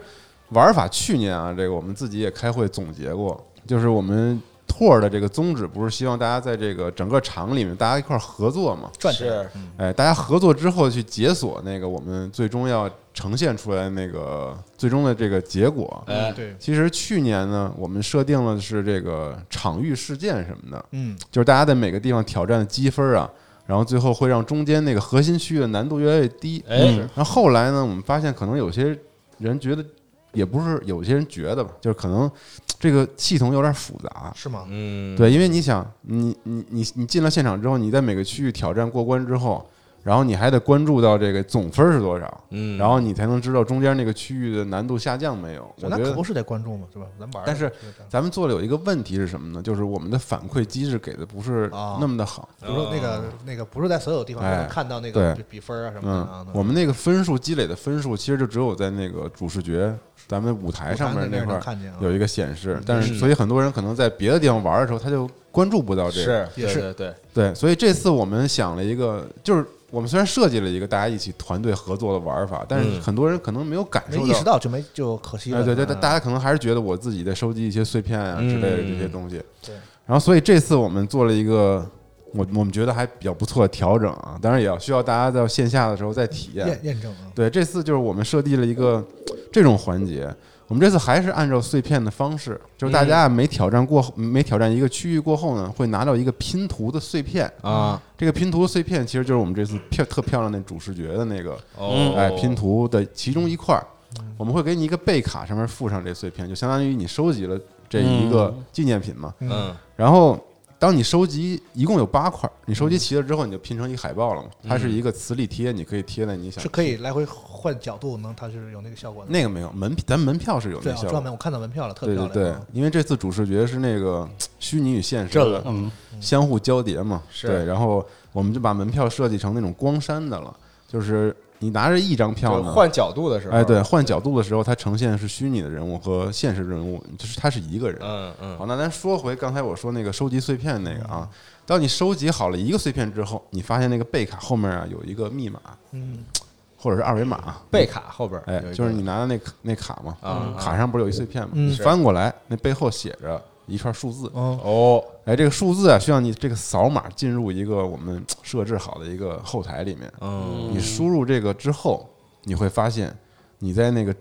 玩法去年啊，这个我们自己也开会总结过，就是我们 tour 的这个宗旨不是希望大家在这个整个场里面大家一块儿合作嘛？赚钱是哎，大家合作之后去解锁那个我们最终要呈现出来的那个最终的这个结果。哎嗯对，其实去年呢，我们设定了是这个场域事件什么的，嗯，就是大家在每个地方挑战的积分啊，然后最后会让中间那个核心区域的难度越来越低。哎嗯然后后来呢，我们发现可能有些人觉得，也不是有些人觉得吧，就是可能这个系统有点复杂。是吗？嗯，对，因为你想，你你你你进了现场之后，你在每个区域挑战过关之后，然后你还得关注到这个总分是多少，嗯，然后你才能知道中间那个区域的难度下降没有。我那觉可得不是得关注嘛，是吧？咱玩儿的，但是就是这样咱们做的有一个问题是什么呢？就是我们的反馈机制给的不是啊那么的好。比如说那个那个不是在所有地方都哦哎能看到那个对比分啊什么的啊嗯，。我们那个分数积累的分数，其实就只有在那个主视觉，咱们舞台上面那那块能儿看见啊，有一个显示。但是，嗯所以很多人可能在别的地方玩的时候，他就关注不到这个。是也是对对对，所以这次我们想了一个，就是我们虽然设计了一个大家一起团队合作的玩法，但是嗯很多人可能没有感没受意识到就没就可惜了。哎，对对，嗯但大家可能还是觉得我自己在收集一些碎片啊之类的这些东西。嗯对然后所以这次我们做了一个，我我们觉得还比较不错的调整啊，当然也要需要大家在线下的时候再体验验。验证啊，对，这次就是我们设计了一个这种环节。我们这次还是按照碎片的方式，就是嗯大家每挑战过后，每挑战一个区域过后呢，会拿到一个拼图的碎片。啊，这个拼图碎片其实就是我们这次漂特漂亮那主视觉的那个哦，哎，拼图的其中一块儿，我们会给你一个背卡，上面附上这碎片，就相当于你收集了这一个纪念品嘛。嗯，然后，当你收集一共有八块儿，你收集齐了之后，你就拼成一个海报了嘛。它是一个磁力贴，你可以贴在你想是可以来回换角度，能它是有那个效果的。那个没有门，咱门票是有那对啊，效专果。门我看到门票了，特对漂对亮。啊对，因为这次主视觉是那个虚拟与现实这个的嗯，相互交叠嘛，是对，然后我们就把门票设计成那种光山的了，就是你拿着一张票就呢，换角度的时候，哎，对，，换角度的时候，它呈现是虚拟的人物和现实人物，就是他是一个人。嗯嗯，好，那咱说回刚才我说那个收集碎片那个啊，当你收集好了一个碎片之后，你发现那个背卡后面啊有一个密码，嗯，或者是二维码，背卡后边儿哎有一，个，就是你拿的那卡那卡嘛，啊卡上不是有一碎片嘛，嗯你翻过来，那背后写着一串数字，哦，哦，哎，这个数字啊需要你这个扫码进入一个我们设置好的一个后台里面，嗯你输入这个之后，你会发现你在那个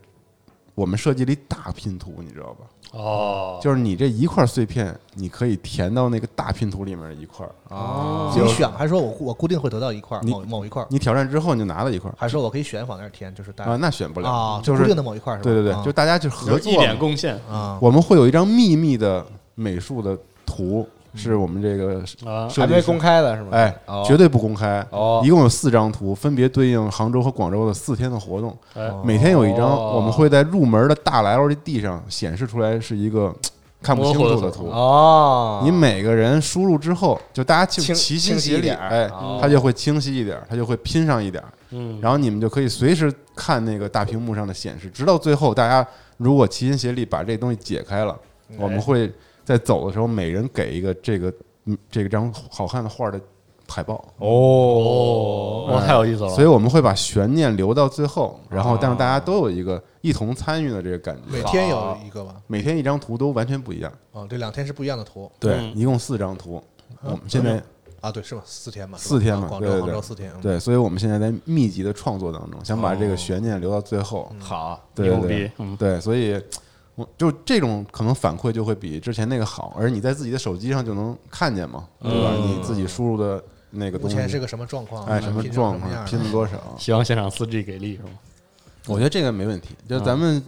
我们设计了一大拼图，你知道吧？哦，就是你这一块碎片，你可以填到那个大拼图里面的一块儿。啊，自己哦选，还说我固我固定会得到一块儿你某某一块儿，你挑战之后，你就拿到一块儿还说我可以选往那儿填，就是大啊，那选不了，啊，就固是定的某一块儿是吧？对对对，啊就大家就合有作一点嘛贡献啊，我们会有一张秘密的美术的图，是我们这个啊，设还计没师公开的是吗？哎哦，绝对不公开。哦一共有四张图，分别对应杭州和广州的四天的活动。哎，每天有一张，哦我们会在入门的大 LED 上显示出来是一个看不清楚的图。哦，你每个人输入之后，就大家就清齐清心晰协一力，点儿哎哦，它就会清晰一点儿，它就会拼上一点儿，嗯，然后你们就可以随时看那个大屏幕上的显示，直到最后，大家如果齐心协力把这东西解开了，哎我们会在走的时候每人给一个这个嗯这张好看的画的海报。哦，哦，太有意思了，所以我们会把悬念留到最后，然后让大家都有一个一同参与的这个感每嗯觉。天有一个吧，每天一张图都完全不一样，啊，对，两天是不一样的图对，嗯一共四张图。我们现在啊，对，是吧？四天嘛，是吧四天啊嘛广对州对杭对州四天，嗯，对，所以我们现在在密集的创作当中，想把这个悬念留到最后。嗯好，对牛对对逼，嗯，对，所以我就这种可能反馈就会比之前那个好，而你在自己的手机上就能看见嘛，对吧？你自己输入的那个目东前是西，个什么状况？哎，什么拼成状什么样啊况，儿拼了多少？希望现场四 G 给力是吗？我觉得这个没问题，就咱们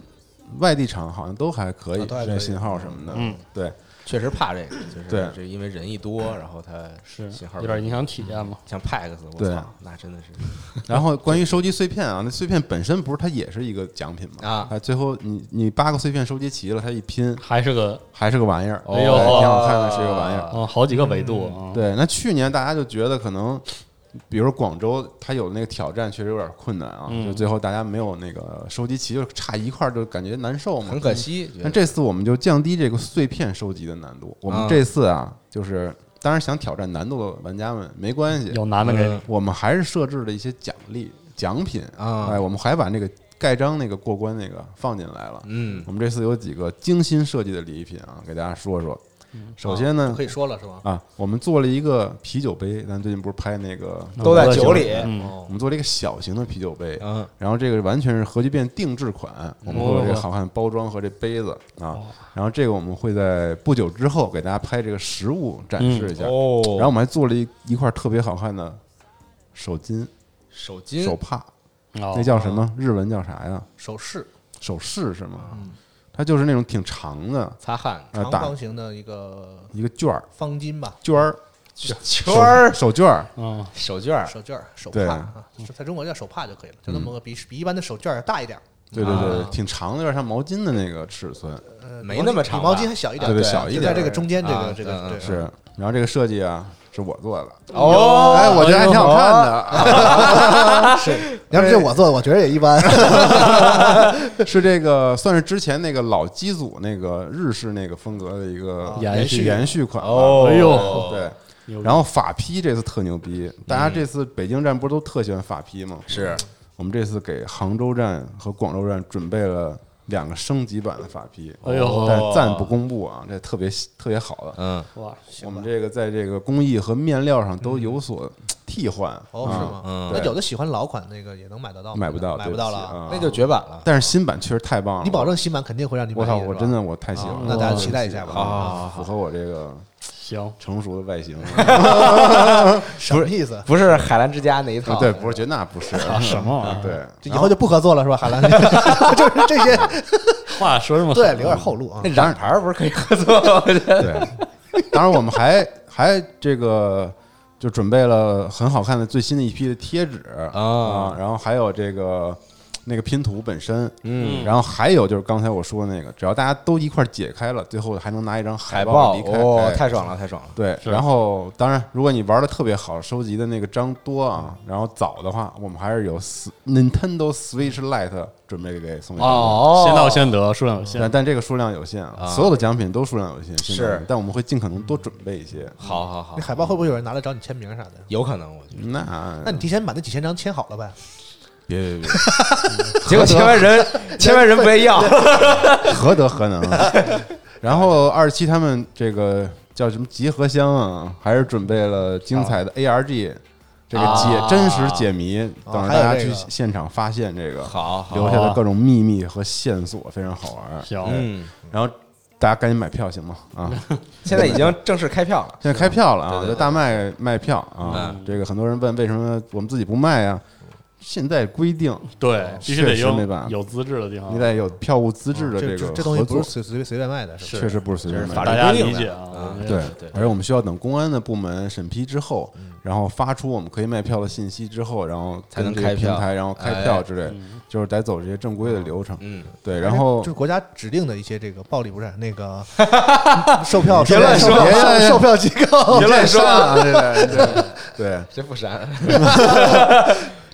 外地厂好像都还可以，啊都还可以这信号什么的，嗯，对，确实怕这个，就是对这因为人一多，然后他是信号有点影响体嗯验嘛，像 PAX，我对操，那真的是然后关于收集碎片啊，那碎片本身不是它也是一个奖品嘛？啊哎，最后你你八个碎片收集齐了，它一拼还是个还是个玩意哦儿，哎呦哎挺好看的，是个玩意儿。啊好几个维度啊，对，那去年大家就觉得可能，比如说广州它有那个挑战，确实有点困难啊，嗯就最后大家没有那个收集齐，就差一块儿就感觉难受嘛，很可惜，觉那 [LAUGHS] 得这次我们就降低这个碎片收集的难度。我们这次啊，就是当然想挑战难度的玩家们没关系，嗯有男的给哦你，我们还是设置了一些奖励奖品啊哎，我们还把那个盖章那个过关那个放进来了。嗯我们这次有几个精心设计的礼品啊，给大家说说。首先就呢嗯可，以说了是吧？啊，我们做了一个啤酒杯，咱最近不是拍那个，都在酒里嗯，我们做了一个小型的啤酒啊杯，嗯然后这个完全是核聚变定制款，我们会有这个好看包装和这杯子啊。哦然后这个我们会在不久之后给大家拍这个实物展示一嗯下。哦，然后我们还做了一一块特别好看的手巾、哦手巾手帕，那那叫什么？日文叫啥呀？手势手饰是吗？它就是那种挺长的擦汗啊，嗯长打方形的一个一个卷儿方巾吧，卷儿圈儿手手绢儿，嗯，手绢儿手绢儿、手帕对嗯啊，就在中国叫手帕就可以了，就那么个比比一般的手绢儿要大一点儿，对对对，挺长的，有点像毛巾的那个尺寸。呃，没比毛那么巾长比毛吧巾还小一啊点儿，对就小一点在儿这个中间这啊个这嗯个对是，然后这个设计啊是我做的，哦哎，我觉得还挺好看的。啊你哦啊要是这我做，的，我觉得也一般。 [LAUGHS] [LAUGHS] 是这个算是之前那个老机组那个日式那个风格的一个延续延续款吧哦，哎呦对，牛逼然后法批这次特牛逼，大家这次北京站不是都特喜欢法批吗？是我们这次给杭州站和广州站准备了两个升级版的法批，哎呦但暂不公布啊，这特别特别好的。嗯，哇，我们这个在这个工艺和面料上都有所替换，嗯哦，啊是吗？嗯那对有的喜欢老款那个也能买得到吗，买不到，买不到了对啊。起啊那就绝版了。但是新版确实太棒了，你保证新版肯定会让你满我意操！是我吧真的我太喜欢啊了，那大家期待一下啊吧好好好，符合我这个行，成熟的外 [LAUGHS] 形。什么意思？ [LAUGHS] 不是海澜之家那一套，对，不是，绝那不是啊啊什么玩意儿对，啊 [LAUGHS] 就以后就不合作了是吧？海兰， [LAUGHS] 就是这些，话说这么狠对，留点后路啊那。染牌儿不是可以合作吗？我觉得对，当然我们还还这个就准备了很好看的最新的一批的贴纸啊啊，然后还有这个那个拼图本身，嗯然后还有就是刚才我说的那个，只要大家都一块儿解开了，最后还能拿一张海报报离开，哦哎，太爽了，太爽了。对，是然后当然，如果你玩的特别好，收集的那个章多啊，然后早的话，我们还是有 S- Nintendo Switch Lite 准备给送给大家。哦先到先得，数量有限但。但这个数量有限，啊所有的奖品都数量有限，现在是但我们会尽可能多准备一些。好好好那，海报会不会有人拿来找你签名啥的？有可能，我觉得。那那你提前把那几千张签好了呗，别别结果千万人，千万人没要。别，何德何能啊！ [LAUGHS] 然后二十七他们这个叫什么集合箱啊，还是准备了精彩的 ARG。这个解、啊真实解谜，哦等着还有大家这去个现场发现这个。好好，留下的各种秘密和线索，非常好玩。行，嗯，然后大家赶紧买票行吗？啊，现在已经正式开票了。现在开票了对啊，对在对嗯大麦卖票啊。这个很多人问为什么我们自己不卖啊？现在规定啊对，必须得哦确实没办有有法资质的地方你，得有票务资质的这个这东西合不作是，随随随便卖的，是吧？确实不是随便这是买法的。大律家规定的嗯理解啊。我们也对对，而且我们需要等公安的部门审批之后，嗯然后发出我们可以卖票的信息之后，然后才能跟这开个票平台，然后开哎票之类，嗯就是得走这些正规的流程。嗯，对，然后就是国家指定的一些这个暴力不是 [LAUGHS] 那个售票，别乱售说票别乱说售售票机构，别乱 [LAUGHS] 说啊！对对对对，这嗯不删。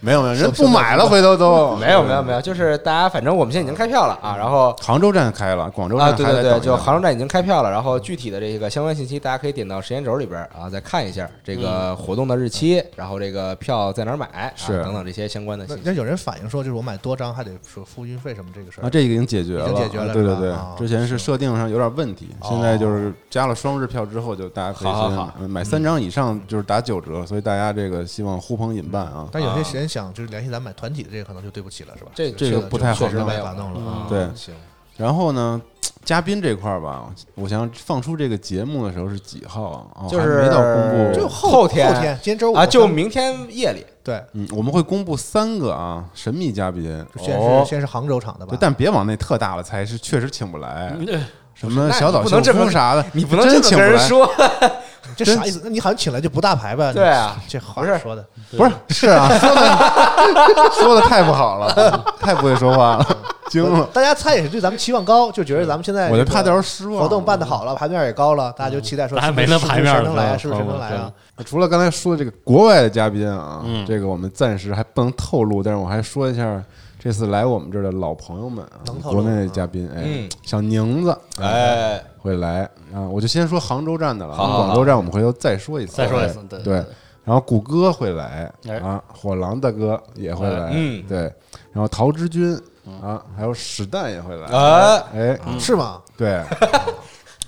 没有没有，人不买了，回头都 [LAUGHS] 没有没有没有，就是大家反正我们现在已经开票了啊，然后杭州站开了，广州站啊还对在对等对，一就等杭州站已经开票了，然后具体的这个相关信息大家可以点到时间轴里边儿啊，再看一下这个活动的日期，然后这个票在哪儿买啊嗯是等等这些相关的那信息。那有人反映说，就是我买多张还得说付运费什么这个事啊，儿，这已经解决了，已经解决了对对是吧对啊，之前是设定上有点问题，现在就是加了双日票之后，就大家可以哦好好先好嗯买三张以上就是打九折，所以大家这个希望呼朋引伴嗯啊。但有些人想就是联系咱买团体的这个，可能就对不起了，是吧？这这个不太好确确实实没没办有嗯法弄了啊。对，行，然后呢，嘉宾这块儿吧，我想放出这个节目的时候是几号啊？哦就是还没到公布，就后天天后今天周五啊，就咱们明天夜里对，嗯，我们会公布三个啊神秘嘉宾，就先哦是先是杭州场的吧对，但别往那特大了猜，是确实请不来。对什么小岛不能秀这么夫啥的，你不能这真么请跟不人来。 [LAUGHS] 说，这啥意思？那你好像请来就不大牌吧？对啊这话不是说的，不是是啊，说的说的太不好了，太不会说话了，惊 [LAUGHS] 了。大家猜也是对咱们期望高，就觉得咱们现在我就这个怕到时候失望。嗯活动办的，好了，牌面也高了，大家就期待说还是不是没那是不是牌面谁呢能来啊？是不是谁好能吧来啊？除了刚才说的这个国外的嘉宾啊，嗯这个我们暂时还不能透露，但是我还说一下这次来我们这儿的老朋友们啊能，透露国内的嘉宾，哎，嗯小宁子，哎，会来啊，我就先说杭州站的了，好好好广州站我们回头再说一 [LAUGHS] 次，再说一次哎对对对。然后谷歌会来哎啊，火狼大哥也会来，嗯对。然后陶之君啊，还有史蛋也会来，哎，哎，嗯是吗？ [LAUGHS] 对，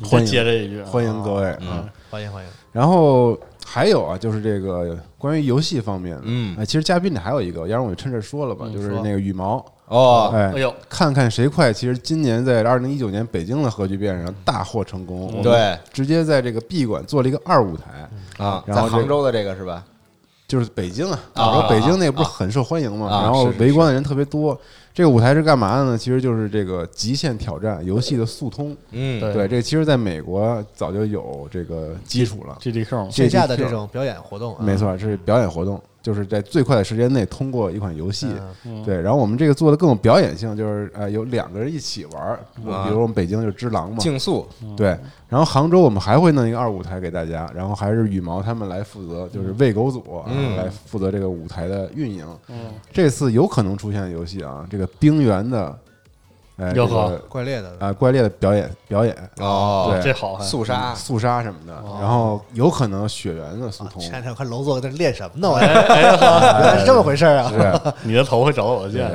你欢再迎接这一句啊，欢哦迎各位嗯啊。欢迎欢迎，然后还有啊，就是这个关于游戏方面的，嗯哎，其实嘉宾里还有一个，要不然我就趁这说了吧，就是那个羽毛，哦，哎哎。呦，看看谁快！其实今年在二零一九年北京的核聚变上大获成功，我们嗯对直接在这个闭馆做了一个二舞台，啊，然在后这杭州的这个是吧？就是北京啊，啊然后北京那个不是很受欢迎嘛，啊然后是是围观的人特别多。这个舞台是干嘛的呢？其实就是这个《极限挑战》游戏的速通。嗯对对，这个其实在美国早就有这个基础了。 GDQ 这线下的的确这种表演活动啊，没错，这是表演活动，就是在最快的时间内通过一款游戏。嗯，对，然后我们这个做的更有表演性，就是呃有两个人一起玩儿，嗯我比如我们北京就是只狼嘛，竞速对，然后杭州我们还会弄一个二舞台给大家，然后还是羽毛他们来负责，就是喂狗组啊、嗯来负责这个舞台的运营。这次有可能出现的游戏啊，这个冰原的呃，哟这呵个怪猎的，啊怪猎的表演表演，哦，对这好还肃杀，哎嗯哦啊肃杀什么的，然后有可能血缘的疏通，前两天我看龙座在那练什么哎呢？我 [LAUGHS] 原来是这么回事儿啊！是。你的头会找我的剑，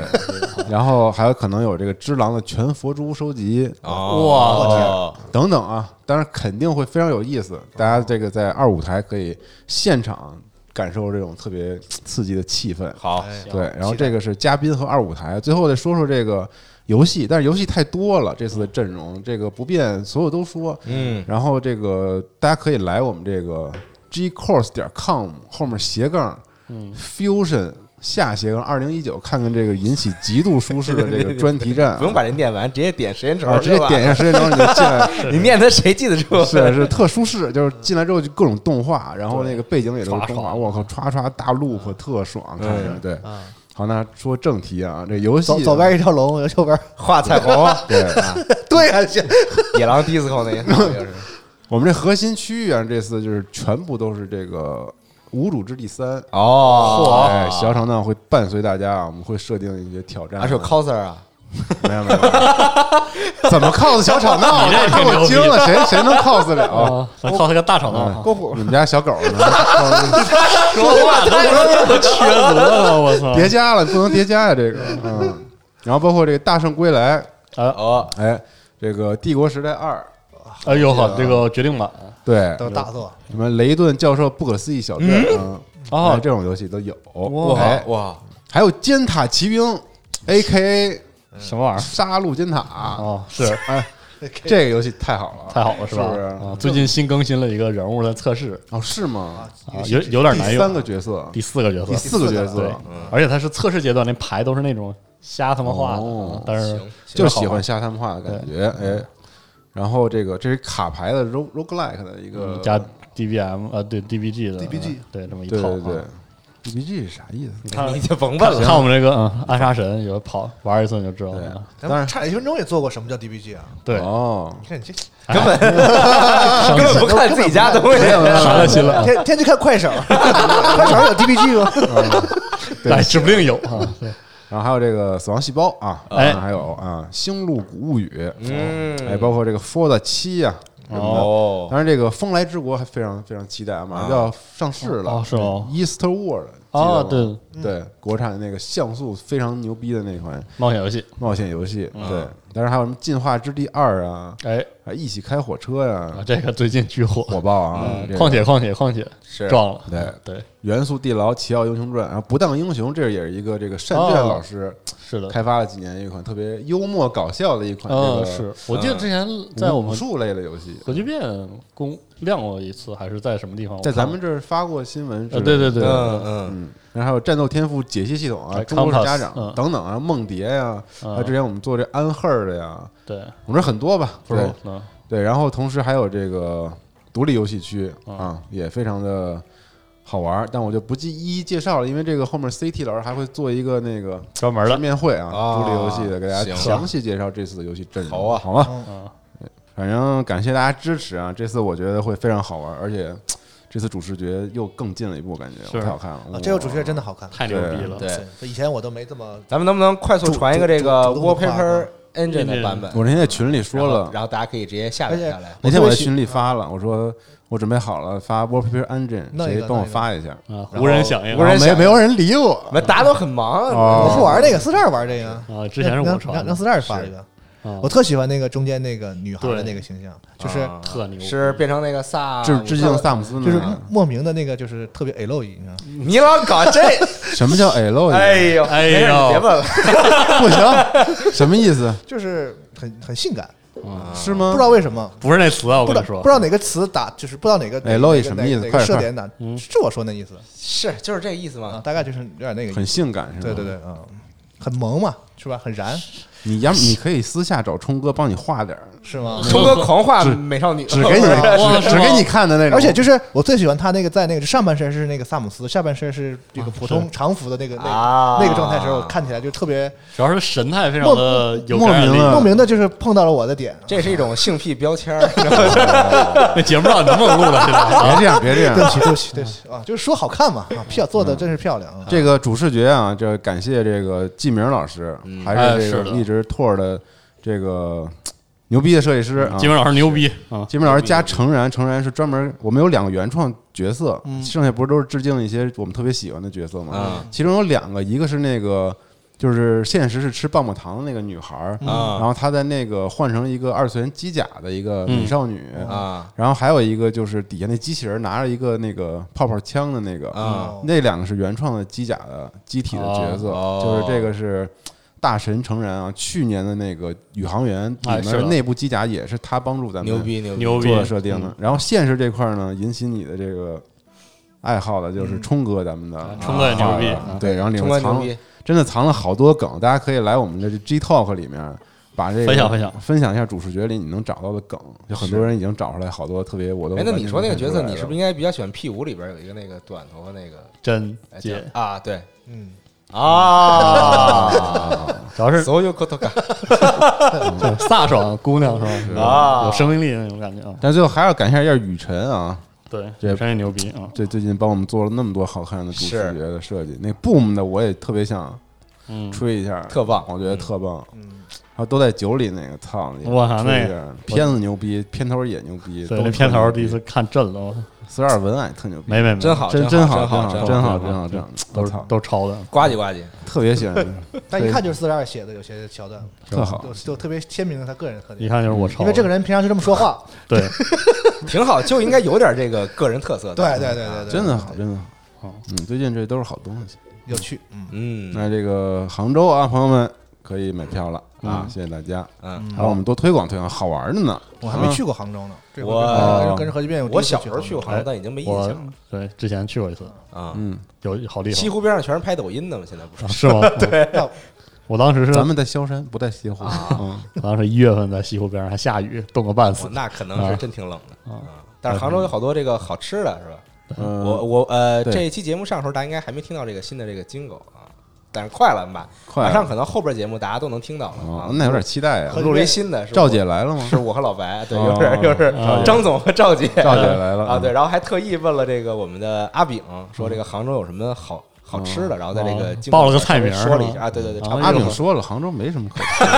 然后还有可能有这个只狼的全佛珠收集哦，等等啊，当然肯定会非常有意思。大家这个在二舞台可以现场感受这种特别刺激的气氛。好，哎对，然后这个是嘉宾和二舞台，最后再说说这个游戏，但是游戏太多了，这次的阵容这个不便所有都说。嗯，然后这个大家可以来我们这个 g course 点 com 后面斜杠嗯 fusion 下斜杠二零一九，看看这个引起极度舒适的这个专题站啊，不用把这念完，直接点时间轴啊，，直接是吧点一下时间轴你就进来。你念它谁记得住？ [LAUGHS] 是是特舒适，就是进来之后就各种动画，然后那个背景也都是刷嗯动画，爽我靠，刷刷大 loop 特爽，看着对。啊，好，那说正题啊，这游戏左左边一条龙，右边画彩虹， [LAUGHS] 对， [LAUGHS] 对 [LAUGHS] 啊，行野狼 disco 那个就是，我们这核心区域啊，这次就是全部都是这个无主之地三。哦，哎，小场呢会伴随大家啊，我们会设定一些挑战啊。还是有 coser 啊，没有没有，没有怎么 cos 小吵闹？你这挺我牛逼惊了，谁谁能 cos 了啊？啊， [LAUGHS] 咱靠他个大吵闹，郭虎，你们家小狗呢？说话都都缺德了，我 [LAUGHS] 操！叠加了，不能叠加呀、这个。嗯，然后包括这个《大圣归来》，哦，哎，这个《帝国时代二哎呦呵，这个决定版》，对，都是大作，什么雷顿教授不可思议小队，嗯，哦哎这种游戏都有。哇哎，哇，还有尖塔骑兵，A K A 什么玩意儿？杀戮尖塔，哦，是 [LAUGHS] [LAUGHS] 哎，这个游戏太好了，太好了，是吧？不是啊，最近新更新了一个人物的测试，哦，是吗？啊，有有点难第用。三个角色，第四个角色，第四个角对色，，啊而且它是测试阶段，那牌都是那种瞎他妈画哦的，但是就喜欢瞎他们画的感觉，哎。然后这个这是卡牌的 rogue roguelike 的一个呃嗯加 DBM 呃，对 DBG 的 DBG 呃对这么一对套啊。对对，DBG 是啥意思？你就甭问看了，看我们这个嗯，暗杀神有跑玩一次就知道了。啊咱当们然差点一分钟也做过什么叫 DBG 啊？对，哦，你 [LAUGHS] 看你这根本根本不看自己家东西， [LAUGHS] 寒了心了，天天去看快手， [LAUGHS] 快手有 DBG 吗？对哎，指不定有啊。对然后还有这个死亡细胞啊，哎还有啊星露谷物语，嗯哎，包括这个 Forza 七啊，哦，当然这个风来之国还非常非常期待啊，马上就要上市了，哦哦是吗？Easter World 哦记得吗对，国产那个像素非常牛逼的那款冒险游戏，冒险游戏，对，当然还有什么进化之地二啊，哎，还一起开火车呀啊，这个最近巨火，嗯火爆啊，这个况且况且况且是撞了，对对，元素地牢、奇奥英雄传，然后不当英雄，这也是一个这个单卷哦老师是的，开发了几年一款特别幽默搞笑的一款，这嗯，个嗯是我记得之前在我们武术类的游戏，核聚变公亮过一次，还是在什么地方？在咱们这儿发过新闻之呃，类的，对对对，嗯嗯，嗯，然后还有战斗天赋解析系统啊，哎中国式 Compass，家长嗯等等啊，梦蝶呀，嗯还有之前我们做这安赫尔的呀，对我们这很多吧，对，Pro 嗯对，然后同时还有这个独立游戏区啊，也非常的。好玩儿，但我就不记一一介绍了，因为这个后面 CT 老师还会做一个那个专门见的，面会啊，啊独立游戏的，给大家行详细介绍这次的游戏阵容。好啊好吗？嗯，反正感谢大家支持啊！这次我觉得会非常好玩，而且这次主视觉又更近了一步，感觉是我太好看啊了。 [LAUGHS] 这个主角角真的好看，太牛逼了，对对，以前我都没这么咱们能不能快速传一个这个主主主动发 wallpaper engine 的版本？我那天在群里说然后了，然后大家可以直接下载下来。那天我在群里发了，我说我准备好了发 Wallpaper Engine，弄一个谁帮我弄一个发一下？啊，无人响应无人然后响没应没有人理我，我们大家都很忙哦啊，我不玩这个，四十二玩这个。啊，之前是我让传让的让四，十二发一个，啊我特喜欢那个中间那个女孩的对那个形象，就是啊特牛逼是变成那个萨，致致敬萨姆斯就是呢？莫名的那个就是特别 L E，你知道吗？你老搞 [LAUGHS] 这，什么叫 L？哎呦哎没事呦你别问了，不行，什么意思？就是很很性感，是不吗知？道为什么，嗯不是那词啊，我不跟知道你说，不知道哪个词打，就是不知道哪个哪 L E 哪个什么意思哪快点个射点打，嗯是我说那意思是就是这意思啊，吗？大概就是有点那个意很思。性感是吗？对对对，嗯，很萌嘛，是吧？很燃，你要你可以私下找冲哥帮你画点儿，是吗？嗯嗯冲哥狂画美少女，只嗯给你哇只只给你看的那种，而且就是我最喜欢他那个在那个上半身是那个萨姆斯，下半身是这啊个普通常服的那个那啊个那个状态的时候，看起来就特别主要是神态非常的有莫感染名啊力。莫名的，就是碰到了我的点。 [LAUGHS] 啊这是一种性癖标签儿，你知道吗 [LAUGHS] 那 [LAUGHS] 节目让你能梦录了，现在别这样，别这对不样。起，对不起，对不起啊！就是说好看嘛，嗯啊，漂做的真是漂亮啊！这个主视觉啊，这感谢这个季明老师，还哎是这是个的一直拓的这个牛逼的设计师 [LAUGHS] 啊，金文老师牛逼啊！金明老师加程然，程然是专门我们有两个原创角色，剩下不是都是致敬一些我们特别喜欢的角色嘛？嗯啊其中有两个，一个是那个就是现实是吃棒棒糖的那个女孩儿，然啊后她在那个换成一个二次元机甲的一个美少女，嗯啊然后还有一个就是底下那机器人拿着一个那个泡泡枪的那个，啊那两个是原创的机甲的机体的角色，哦就是这个是。大神诚然啊，去年的那个宇航员里哎面是的的内部机甲也是他帮助咱们牛逼牛逼牛逼做的设定嗯的。然后现实这块儿呢，引起你的这个爱好的就是冲哥咱们的嗯，冲哥也牛逼啊对，然后里冲关面牛藏逼真的藏了好多梗，大家可以来我们的 G Talk 里面把这个分享分享分享一下主视觉里你能找到的梗，就很多人已经找出来好多特别我都哎，那你说那个角色，你是不是应是该比较喜欢 P 五里边有一个那个短头发那个真哎叫姐，啊？对嗯，啊，主要是所有可都干飒爽姑娘是吧？啊有生命力的那种感觉啊！但最后还要感谢一下雨辰啊，对，这真是牛逼啊！这最近帮我们做了那么多好看的主视是觉的设计，那 Boom 的我也特别想嗯，吹一下，特棒我觉得特棒。还有都在酒里那个，操你！我靠吹一那下个片子牛逼，片头也牛逼，对，都那特片头牛第一逼次看震了，我四十二文案也特牛逼，没没没，真好真真好，好好，真真好好，真好，真好，嗯都我是操，都是抄的，呱唧呱唧，特别喜欢，但一看就是四十二写的，有些桥段特好就就特别鲜明的他个人特一点。看就是我抄的。因为这个人平常就这么说话，对，挺好，就应该有点这个个人特色的。对对对对对，真的好，真的好好。嗯，最近这都是好东西。有趣，嗯，嗯那这个杭州啊，朋友们可以买票了啊，谢谢大家。嗯，还有我们多推广推广好玩的呢。我嗯还没啊去过杭州呢，这回我跟着核聚变，我小时候去去过杭州杭州，但已经没印象我了对之前去过一次，啊。哎嗯，有好厉西害湖边上全是拍抖音的嘛，现在 [LAUGHS] 不是？ [LAUGHS] 是 [LAUGHS] 吗？对，那我当时是，咱们在萧山，不在西湖啊。我当时一月份在西湖边上还下雨，冻个半哦死，那可能啊是真挺冷的啊。但是杭州有好多这个好吃的，是吧？嗯我我呃，对这一期节目上的时候，大家应该还没听到这个新的这个金狗啊，但是快了吧？快了马上可能后边节目大家都能听到了啊啊。，那有点期待啊我。录了一新的，是赵我姐来了吗？是我和老白，对，哦又是又是张总和赵姐，赵姐来了嗯啊，对，然后还特意问了这个我们的阿炳，说这个杭州有什么好好吃的，然后在这个哦金狗报了个上菜名稍微说了一是下吧啊，对对对，啊差不多哦阿炳说了，杭州没什么可吃的。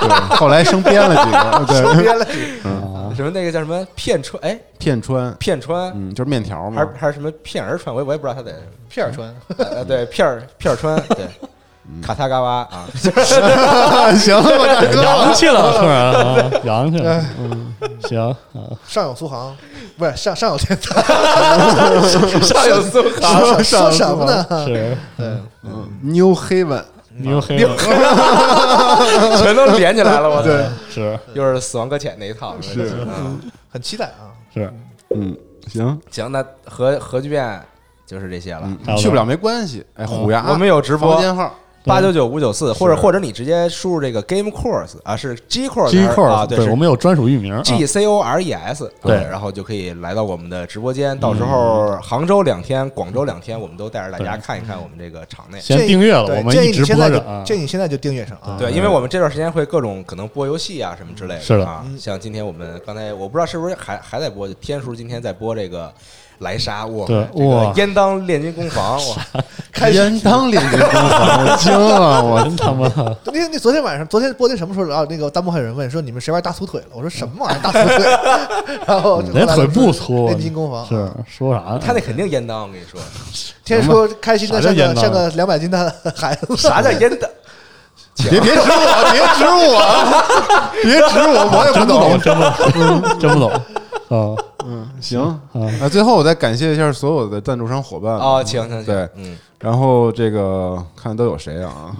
[LAUGHS] 对后来生编了几个，对，编了几啊什么那个叫什么片川，哎，片川，片川。嗯，就是面条还嘛是。还是什么片儿川，我也我也不知道他得片 [LAUGHS] [LAUGHS] 儿川，呃，对，片儿片儿川，对，嗯卡塔嘎哇 [LAUGHS] 啊，行了吧，大哥。洋气了，突然啊，洋气哎了，嗯，行啊，上有苏杭，不是上上有 [LAUGHS] 天堂，上有苏杭，说说什么呢？是对，嗯 New Haven，牛黑了，全都连起来了，我对，是又是死亡搁浅那一套，是吧嗯很期待啊。是，嗯，行，行，那核核聚变就是这些了。嗯差不多去不了没关系。哎，虎牙，嗯我们有直播房间号，八九九五九四，或者或者你直接输入这个 Game Course 啊，是 G Course 还是啊，对，是我们有专属域名啊， G C O R E S，对然后就可以来到我们的直播间。到时候杭州两天，广州两天，我们都带着大家对看一看我们这个场内。先订阅了，对我们建议一你直现播在着啊就，建议你现在就订阅上啊。对，因为我们这段时间会各种可能播游戏啊什么之类的，是的啊。像今天我们刚才我不知道是不是还还在播，就天叔今天在播这个莱莎，哇，对这个哇烟当炼金工坊， [LAUGHS] 哇，烟当领的工 [LAUGHS] 坊， [LAUGHS] 我惊了，我真他妈。那那昨天晚上，昨天播的什么时候？然后那个弹幕还有人问说你们谁玩大粗腿了？我说什么玩意儿大粗腿？ [LAUGHS] 然后你那嗯腿不粗，啊炼金工坊啊是说啥呢？他那肯定烟当，我跟你说，天说开心的啥叫像严个当像个两百斤的孩子，啥叫烟 [LAUGHS] 当？别别指我，别指我，别指我，我也不真不懂，懂。真不懂，真不 [LAUGHS] 懂啊！嗯，行啊，最后我再感谢一下所有的赞助商伙伴哦，行行行，对嗯， [LAUGHS] 然后这个看都有谁啊？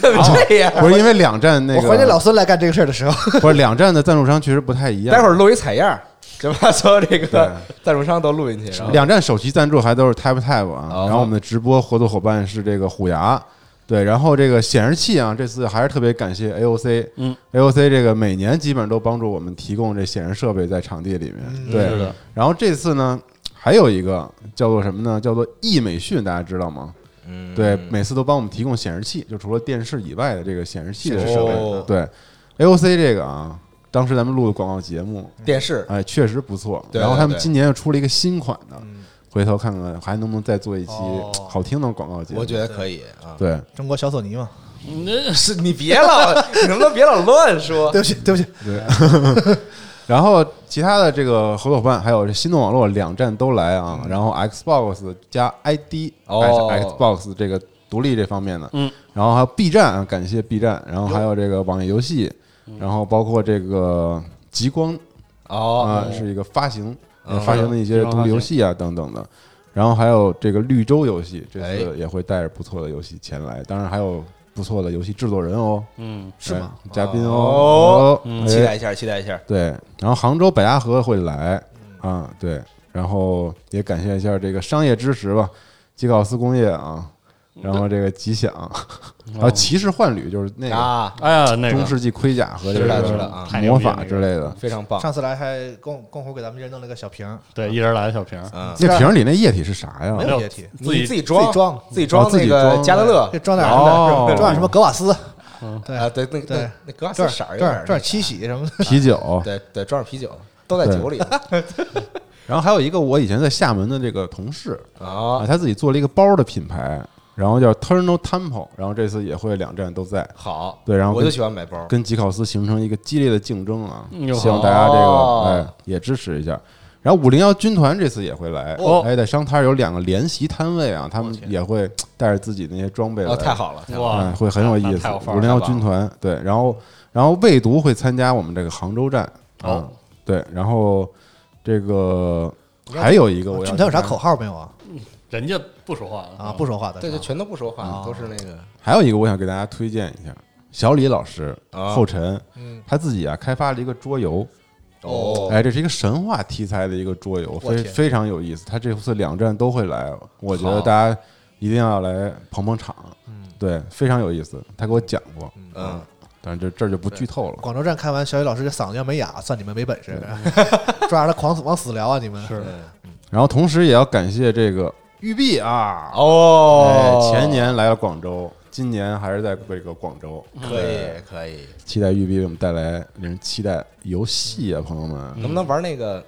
怎么这样？不是因为两站那 [LAUGHS] 我个，怀念老孙来干这个事儿的时候，不是两站的赞助商确实不太一样。待会儿录一采样儿，就把所有这个对赞助商都录进去，然后两站首席赞助还都是 Tap Tap 啊，哦然后我们的直播合作伙伴是这个虎牙，对，然后这个显示器啊，这次还是特别感谢 AOC，嗯，AOC 这个每年基本上都帮助我们提供这显示设备在场地里面，嗯对，是的然后这次呢，还有一个叫做什么呢？叫做易美讯，大家知道吗？嗯对，每次都帮我们提供显示器，就除了电视以外的这个显示器的设备，哦对，AOC 这个啊。当时咱们录的广告节目，电视哎，确实不错。对然后他们对嗯今年又出了一个新款的，回头看看还能不能再做一期好听的广告节哦目。我觉得可以啊，对， [LAUGHS] 中国小索尼嘛，那是你别老，你能不能别老乱说？对不起，对不起，然后其他的这个合作伙伴还有新动网络两站都来啊，然后 Xbox 加 ID 嗯哦 Xbox 这个独立这方面的，嗯，然后还有 B 站，啊感谢 B 站，然后还有这个网页游戏，然后包括这个极光哦啊，是一个发行呃嗯发行的一些独立游戏啊等等的，然后还有这个绿洲游戏，这哎次也会带着不错的游戏前来，当然还有不错的游戏制作人哦，嗯，是吗？嘉宾哦哦，嗯哎期待一下，期待一下。对，然后杭州百家河会来啊，对，然后也感谢一下这个商业支持吧，吉考斯工业啊，然后这个吉祥，然后骑士幻旅就是那个啊，哎呀，那中个世纪盔甲和这知道知个道啊太牛魔逼了法那之个类的，非常棒。上次来还共共伙给咱们一人弄了个小瓶儿，对，一人来的小瓶儿，嗯，那瓶儿里那液体是啥呀没？有液体， [LAUGHS] 自己你自己自己装装自己装哦自那己个装加乐乐这装点什哦么的？装点什么格瓦斯？对啊，对，那个对那那格瓦装斯点色儿有装点点装点七喜什么的。啤酒，对对，装点啤酒，都在对酒里 [LAUGHS] 然后还有一个我以前在厦门的这个同事啊，啊，他自己做了一个包的品牌，然后叫 Turno Temple，然后这次也会两站都在，好。对然后我跟就喜欢买包，跟吉考斯形成一个激烈的竞争啊！哟希望大家这个哦哎也支持一下。然后五零幺军团这次也会来，哦哎，在商摊有两个联席摊位啊，他们也会带着自己那些装备来，哦，太好了，太好了哇哎，，会很有意啊那思太有。范五儿零了，幺太棒军团对，然后然后魏独会参加我们这个杭州站啊哦，对，然后这个你要还有一个我要军团有啥口号没有啊？人家不说话了啊，不，说话的对是对，吧全都不说话哦啊，都是那个还有一个我想给大家推荐一下，小李老师啊后尘嗯，他自己啊开发了一个桌游，哦哎，这是一个神话题材的一个桌游，非天非常有意思。他这次两站都会来，我觉得好大家一定要来捧捧场。嗯对，非常有意思。他给我讲过，嗯，但是这这儿就不剧透了。广州站看完，小雨老师这嗓子要没哑，算你们没本事， [LAUGHS] 抓着他狂往死聊啊！你们是然后同时也要感谢这个玉碧啊，哎哦，前年来了广州，今年还是在这个广州，嗯可以可以，期待玉碧给我们带来令人期待游戏啊，朋友们。能不能玩那个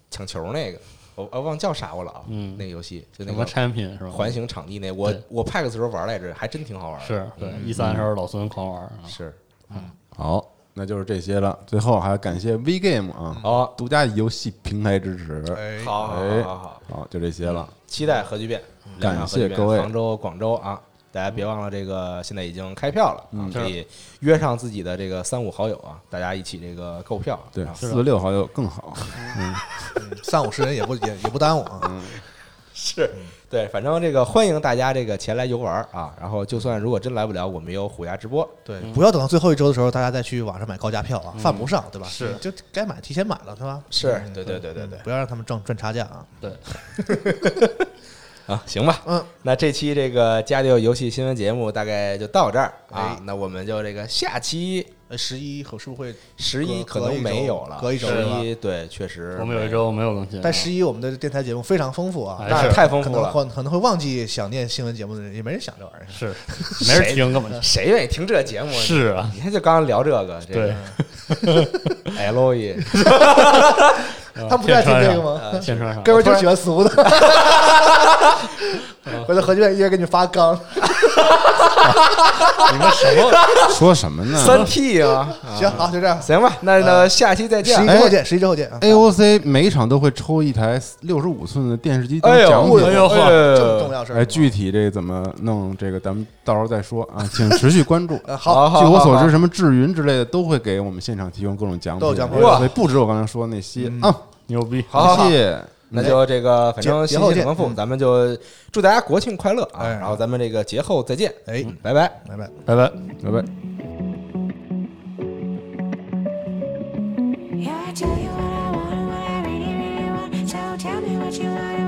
[CLEARS THROAT] 抢球那个？我我忘叫啥我了啊，嗯那个游戏就那什个么产品是吧？环形场地那，我对我 PAX 时候玩来着，还真挺好玩的，嗯是对，一三时候老孙狂玩啊，是好，那就是这些了。最后还要感谢 V Game 啊，哦，独家游戏平台支持。哎，好好好好好，好，就这些了。嗯期待核聚变，感两场核聚谢变各位杭州、广州啊。大家别忘了，这个现在已经开票了，啊，嗯可以约上自己的这个三五好友啊，大家一起这个购票。对，啊四十六好友 [LAUGHS] 更好。嗯三五十人也不也也不耽误嗯啊。是，对，反正这个欢迎大家这个前来游玩儿啊。然后就算如果真来不了，我们也有虎牙直播。对，不要等到最后一周的时候，大家再去网上买高价票啊，犯不上，对吧？是，就该买提前买了，对吧？嗯是嗯对对对对对不要让他们赚赚差价啊。对，啊，行吧，嗯，那这期这个家里有游戏新闻节目大概就到这儿哎啊。那我们就这个下期呃十一会是不是会？十一隔可隔一能周没有了，隔一周十是吧一对，确实我们有一周没有更新啊，但十一我们的电台节目非常丰富啊，哎那是太丰可富能了，会可能会忘记想念新闻节目的人，也没人想这玩意儿。是没人听根本就谁愿意听这节目？是啊，你看，就刚刚聊这个，这对个，哎，罗伊，他们不爱听这个吗？天川啊上哥们儿就喜欢俗 [LAUGHS] 的，回头何俊一人给你发纲，你们什么？说什么嗯呢三 T [LAUGHS] 啊，行，好，就这样，行吧，那那下期再见啊。哎嗯十一之后见，十一之后见啊， ？AOC 每一场都会抽一台六十五寸的电视机当哎呦，奖品。哎呦嚯这么重要事儿吗哎，具体这怎么弄？这个咱们到时候再说啊，请持续关注。 [LAUGHS] 呃好，好，好 [LAUGHS] 据我所，好知，什么智云之类的都会给我们现场提供各种奖品，都有奖品对哇所以不止我刚才说的那些啊。牛逼！好好好谢谢，那就这个，反正哎信节节后息见很丰富，嗯咱们就祝大家国庆快乐啊！哎然后咱们这个节后再见，嗯哎，拜拜。拜拜。拜拜，拜拜。 Yeah, I tell you what I want, and what I really, really want. So tell me what you want and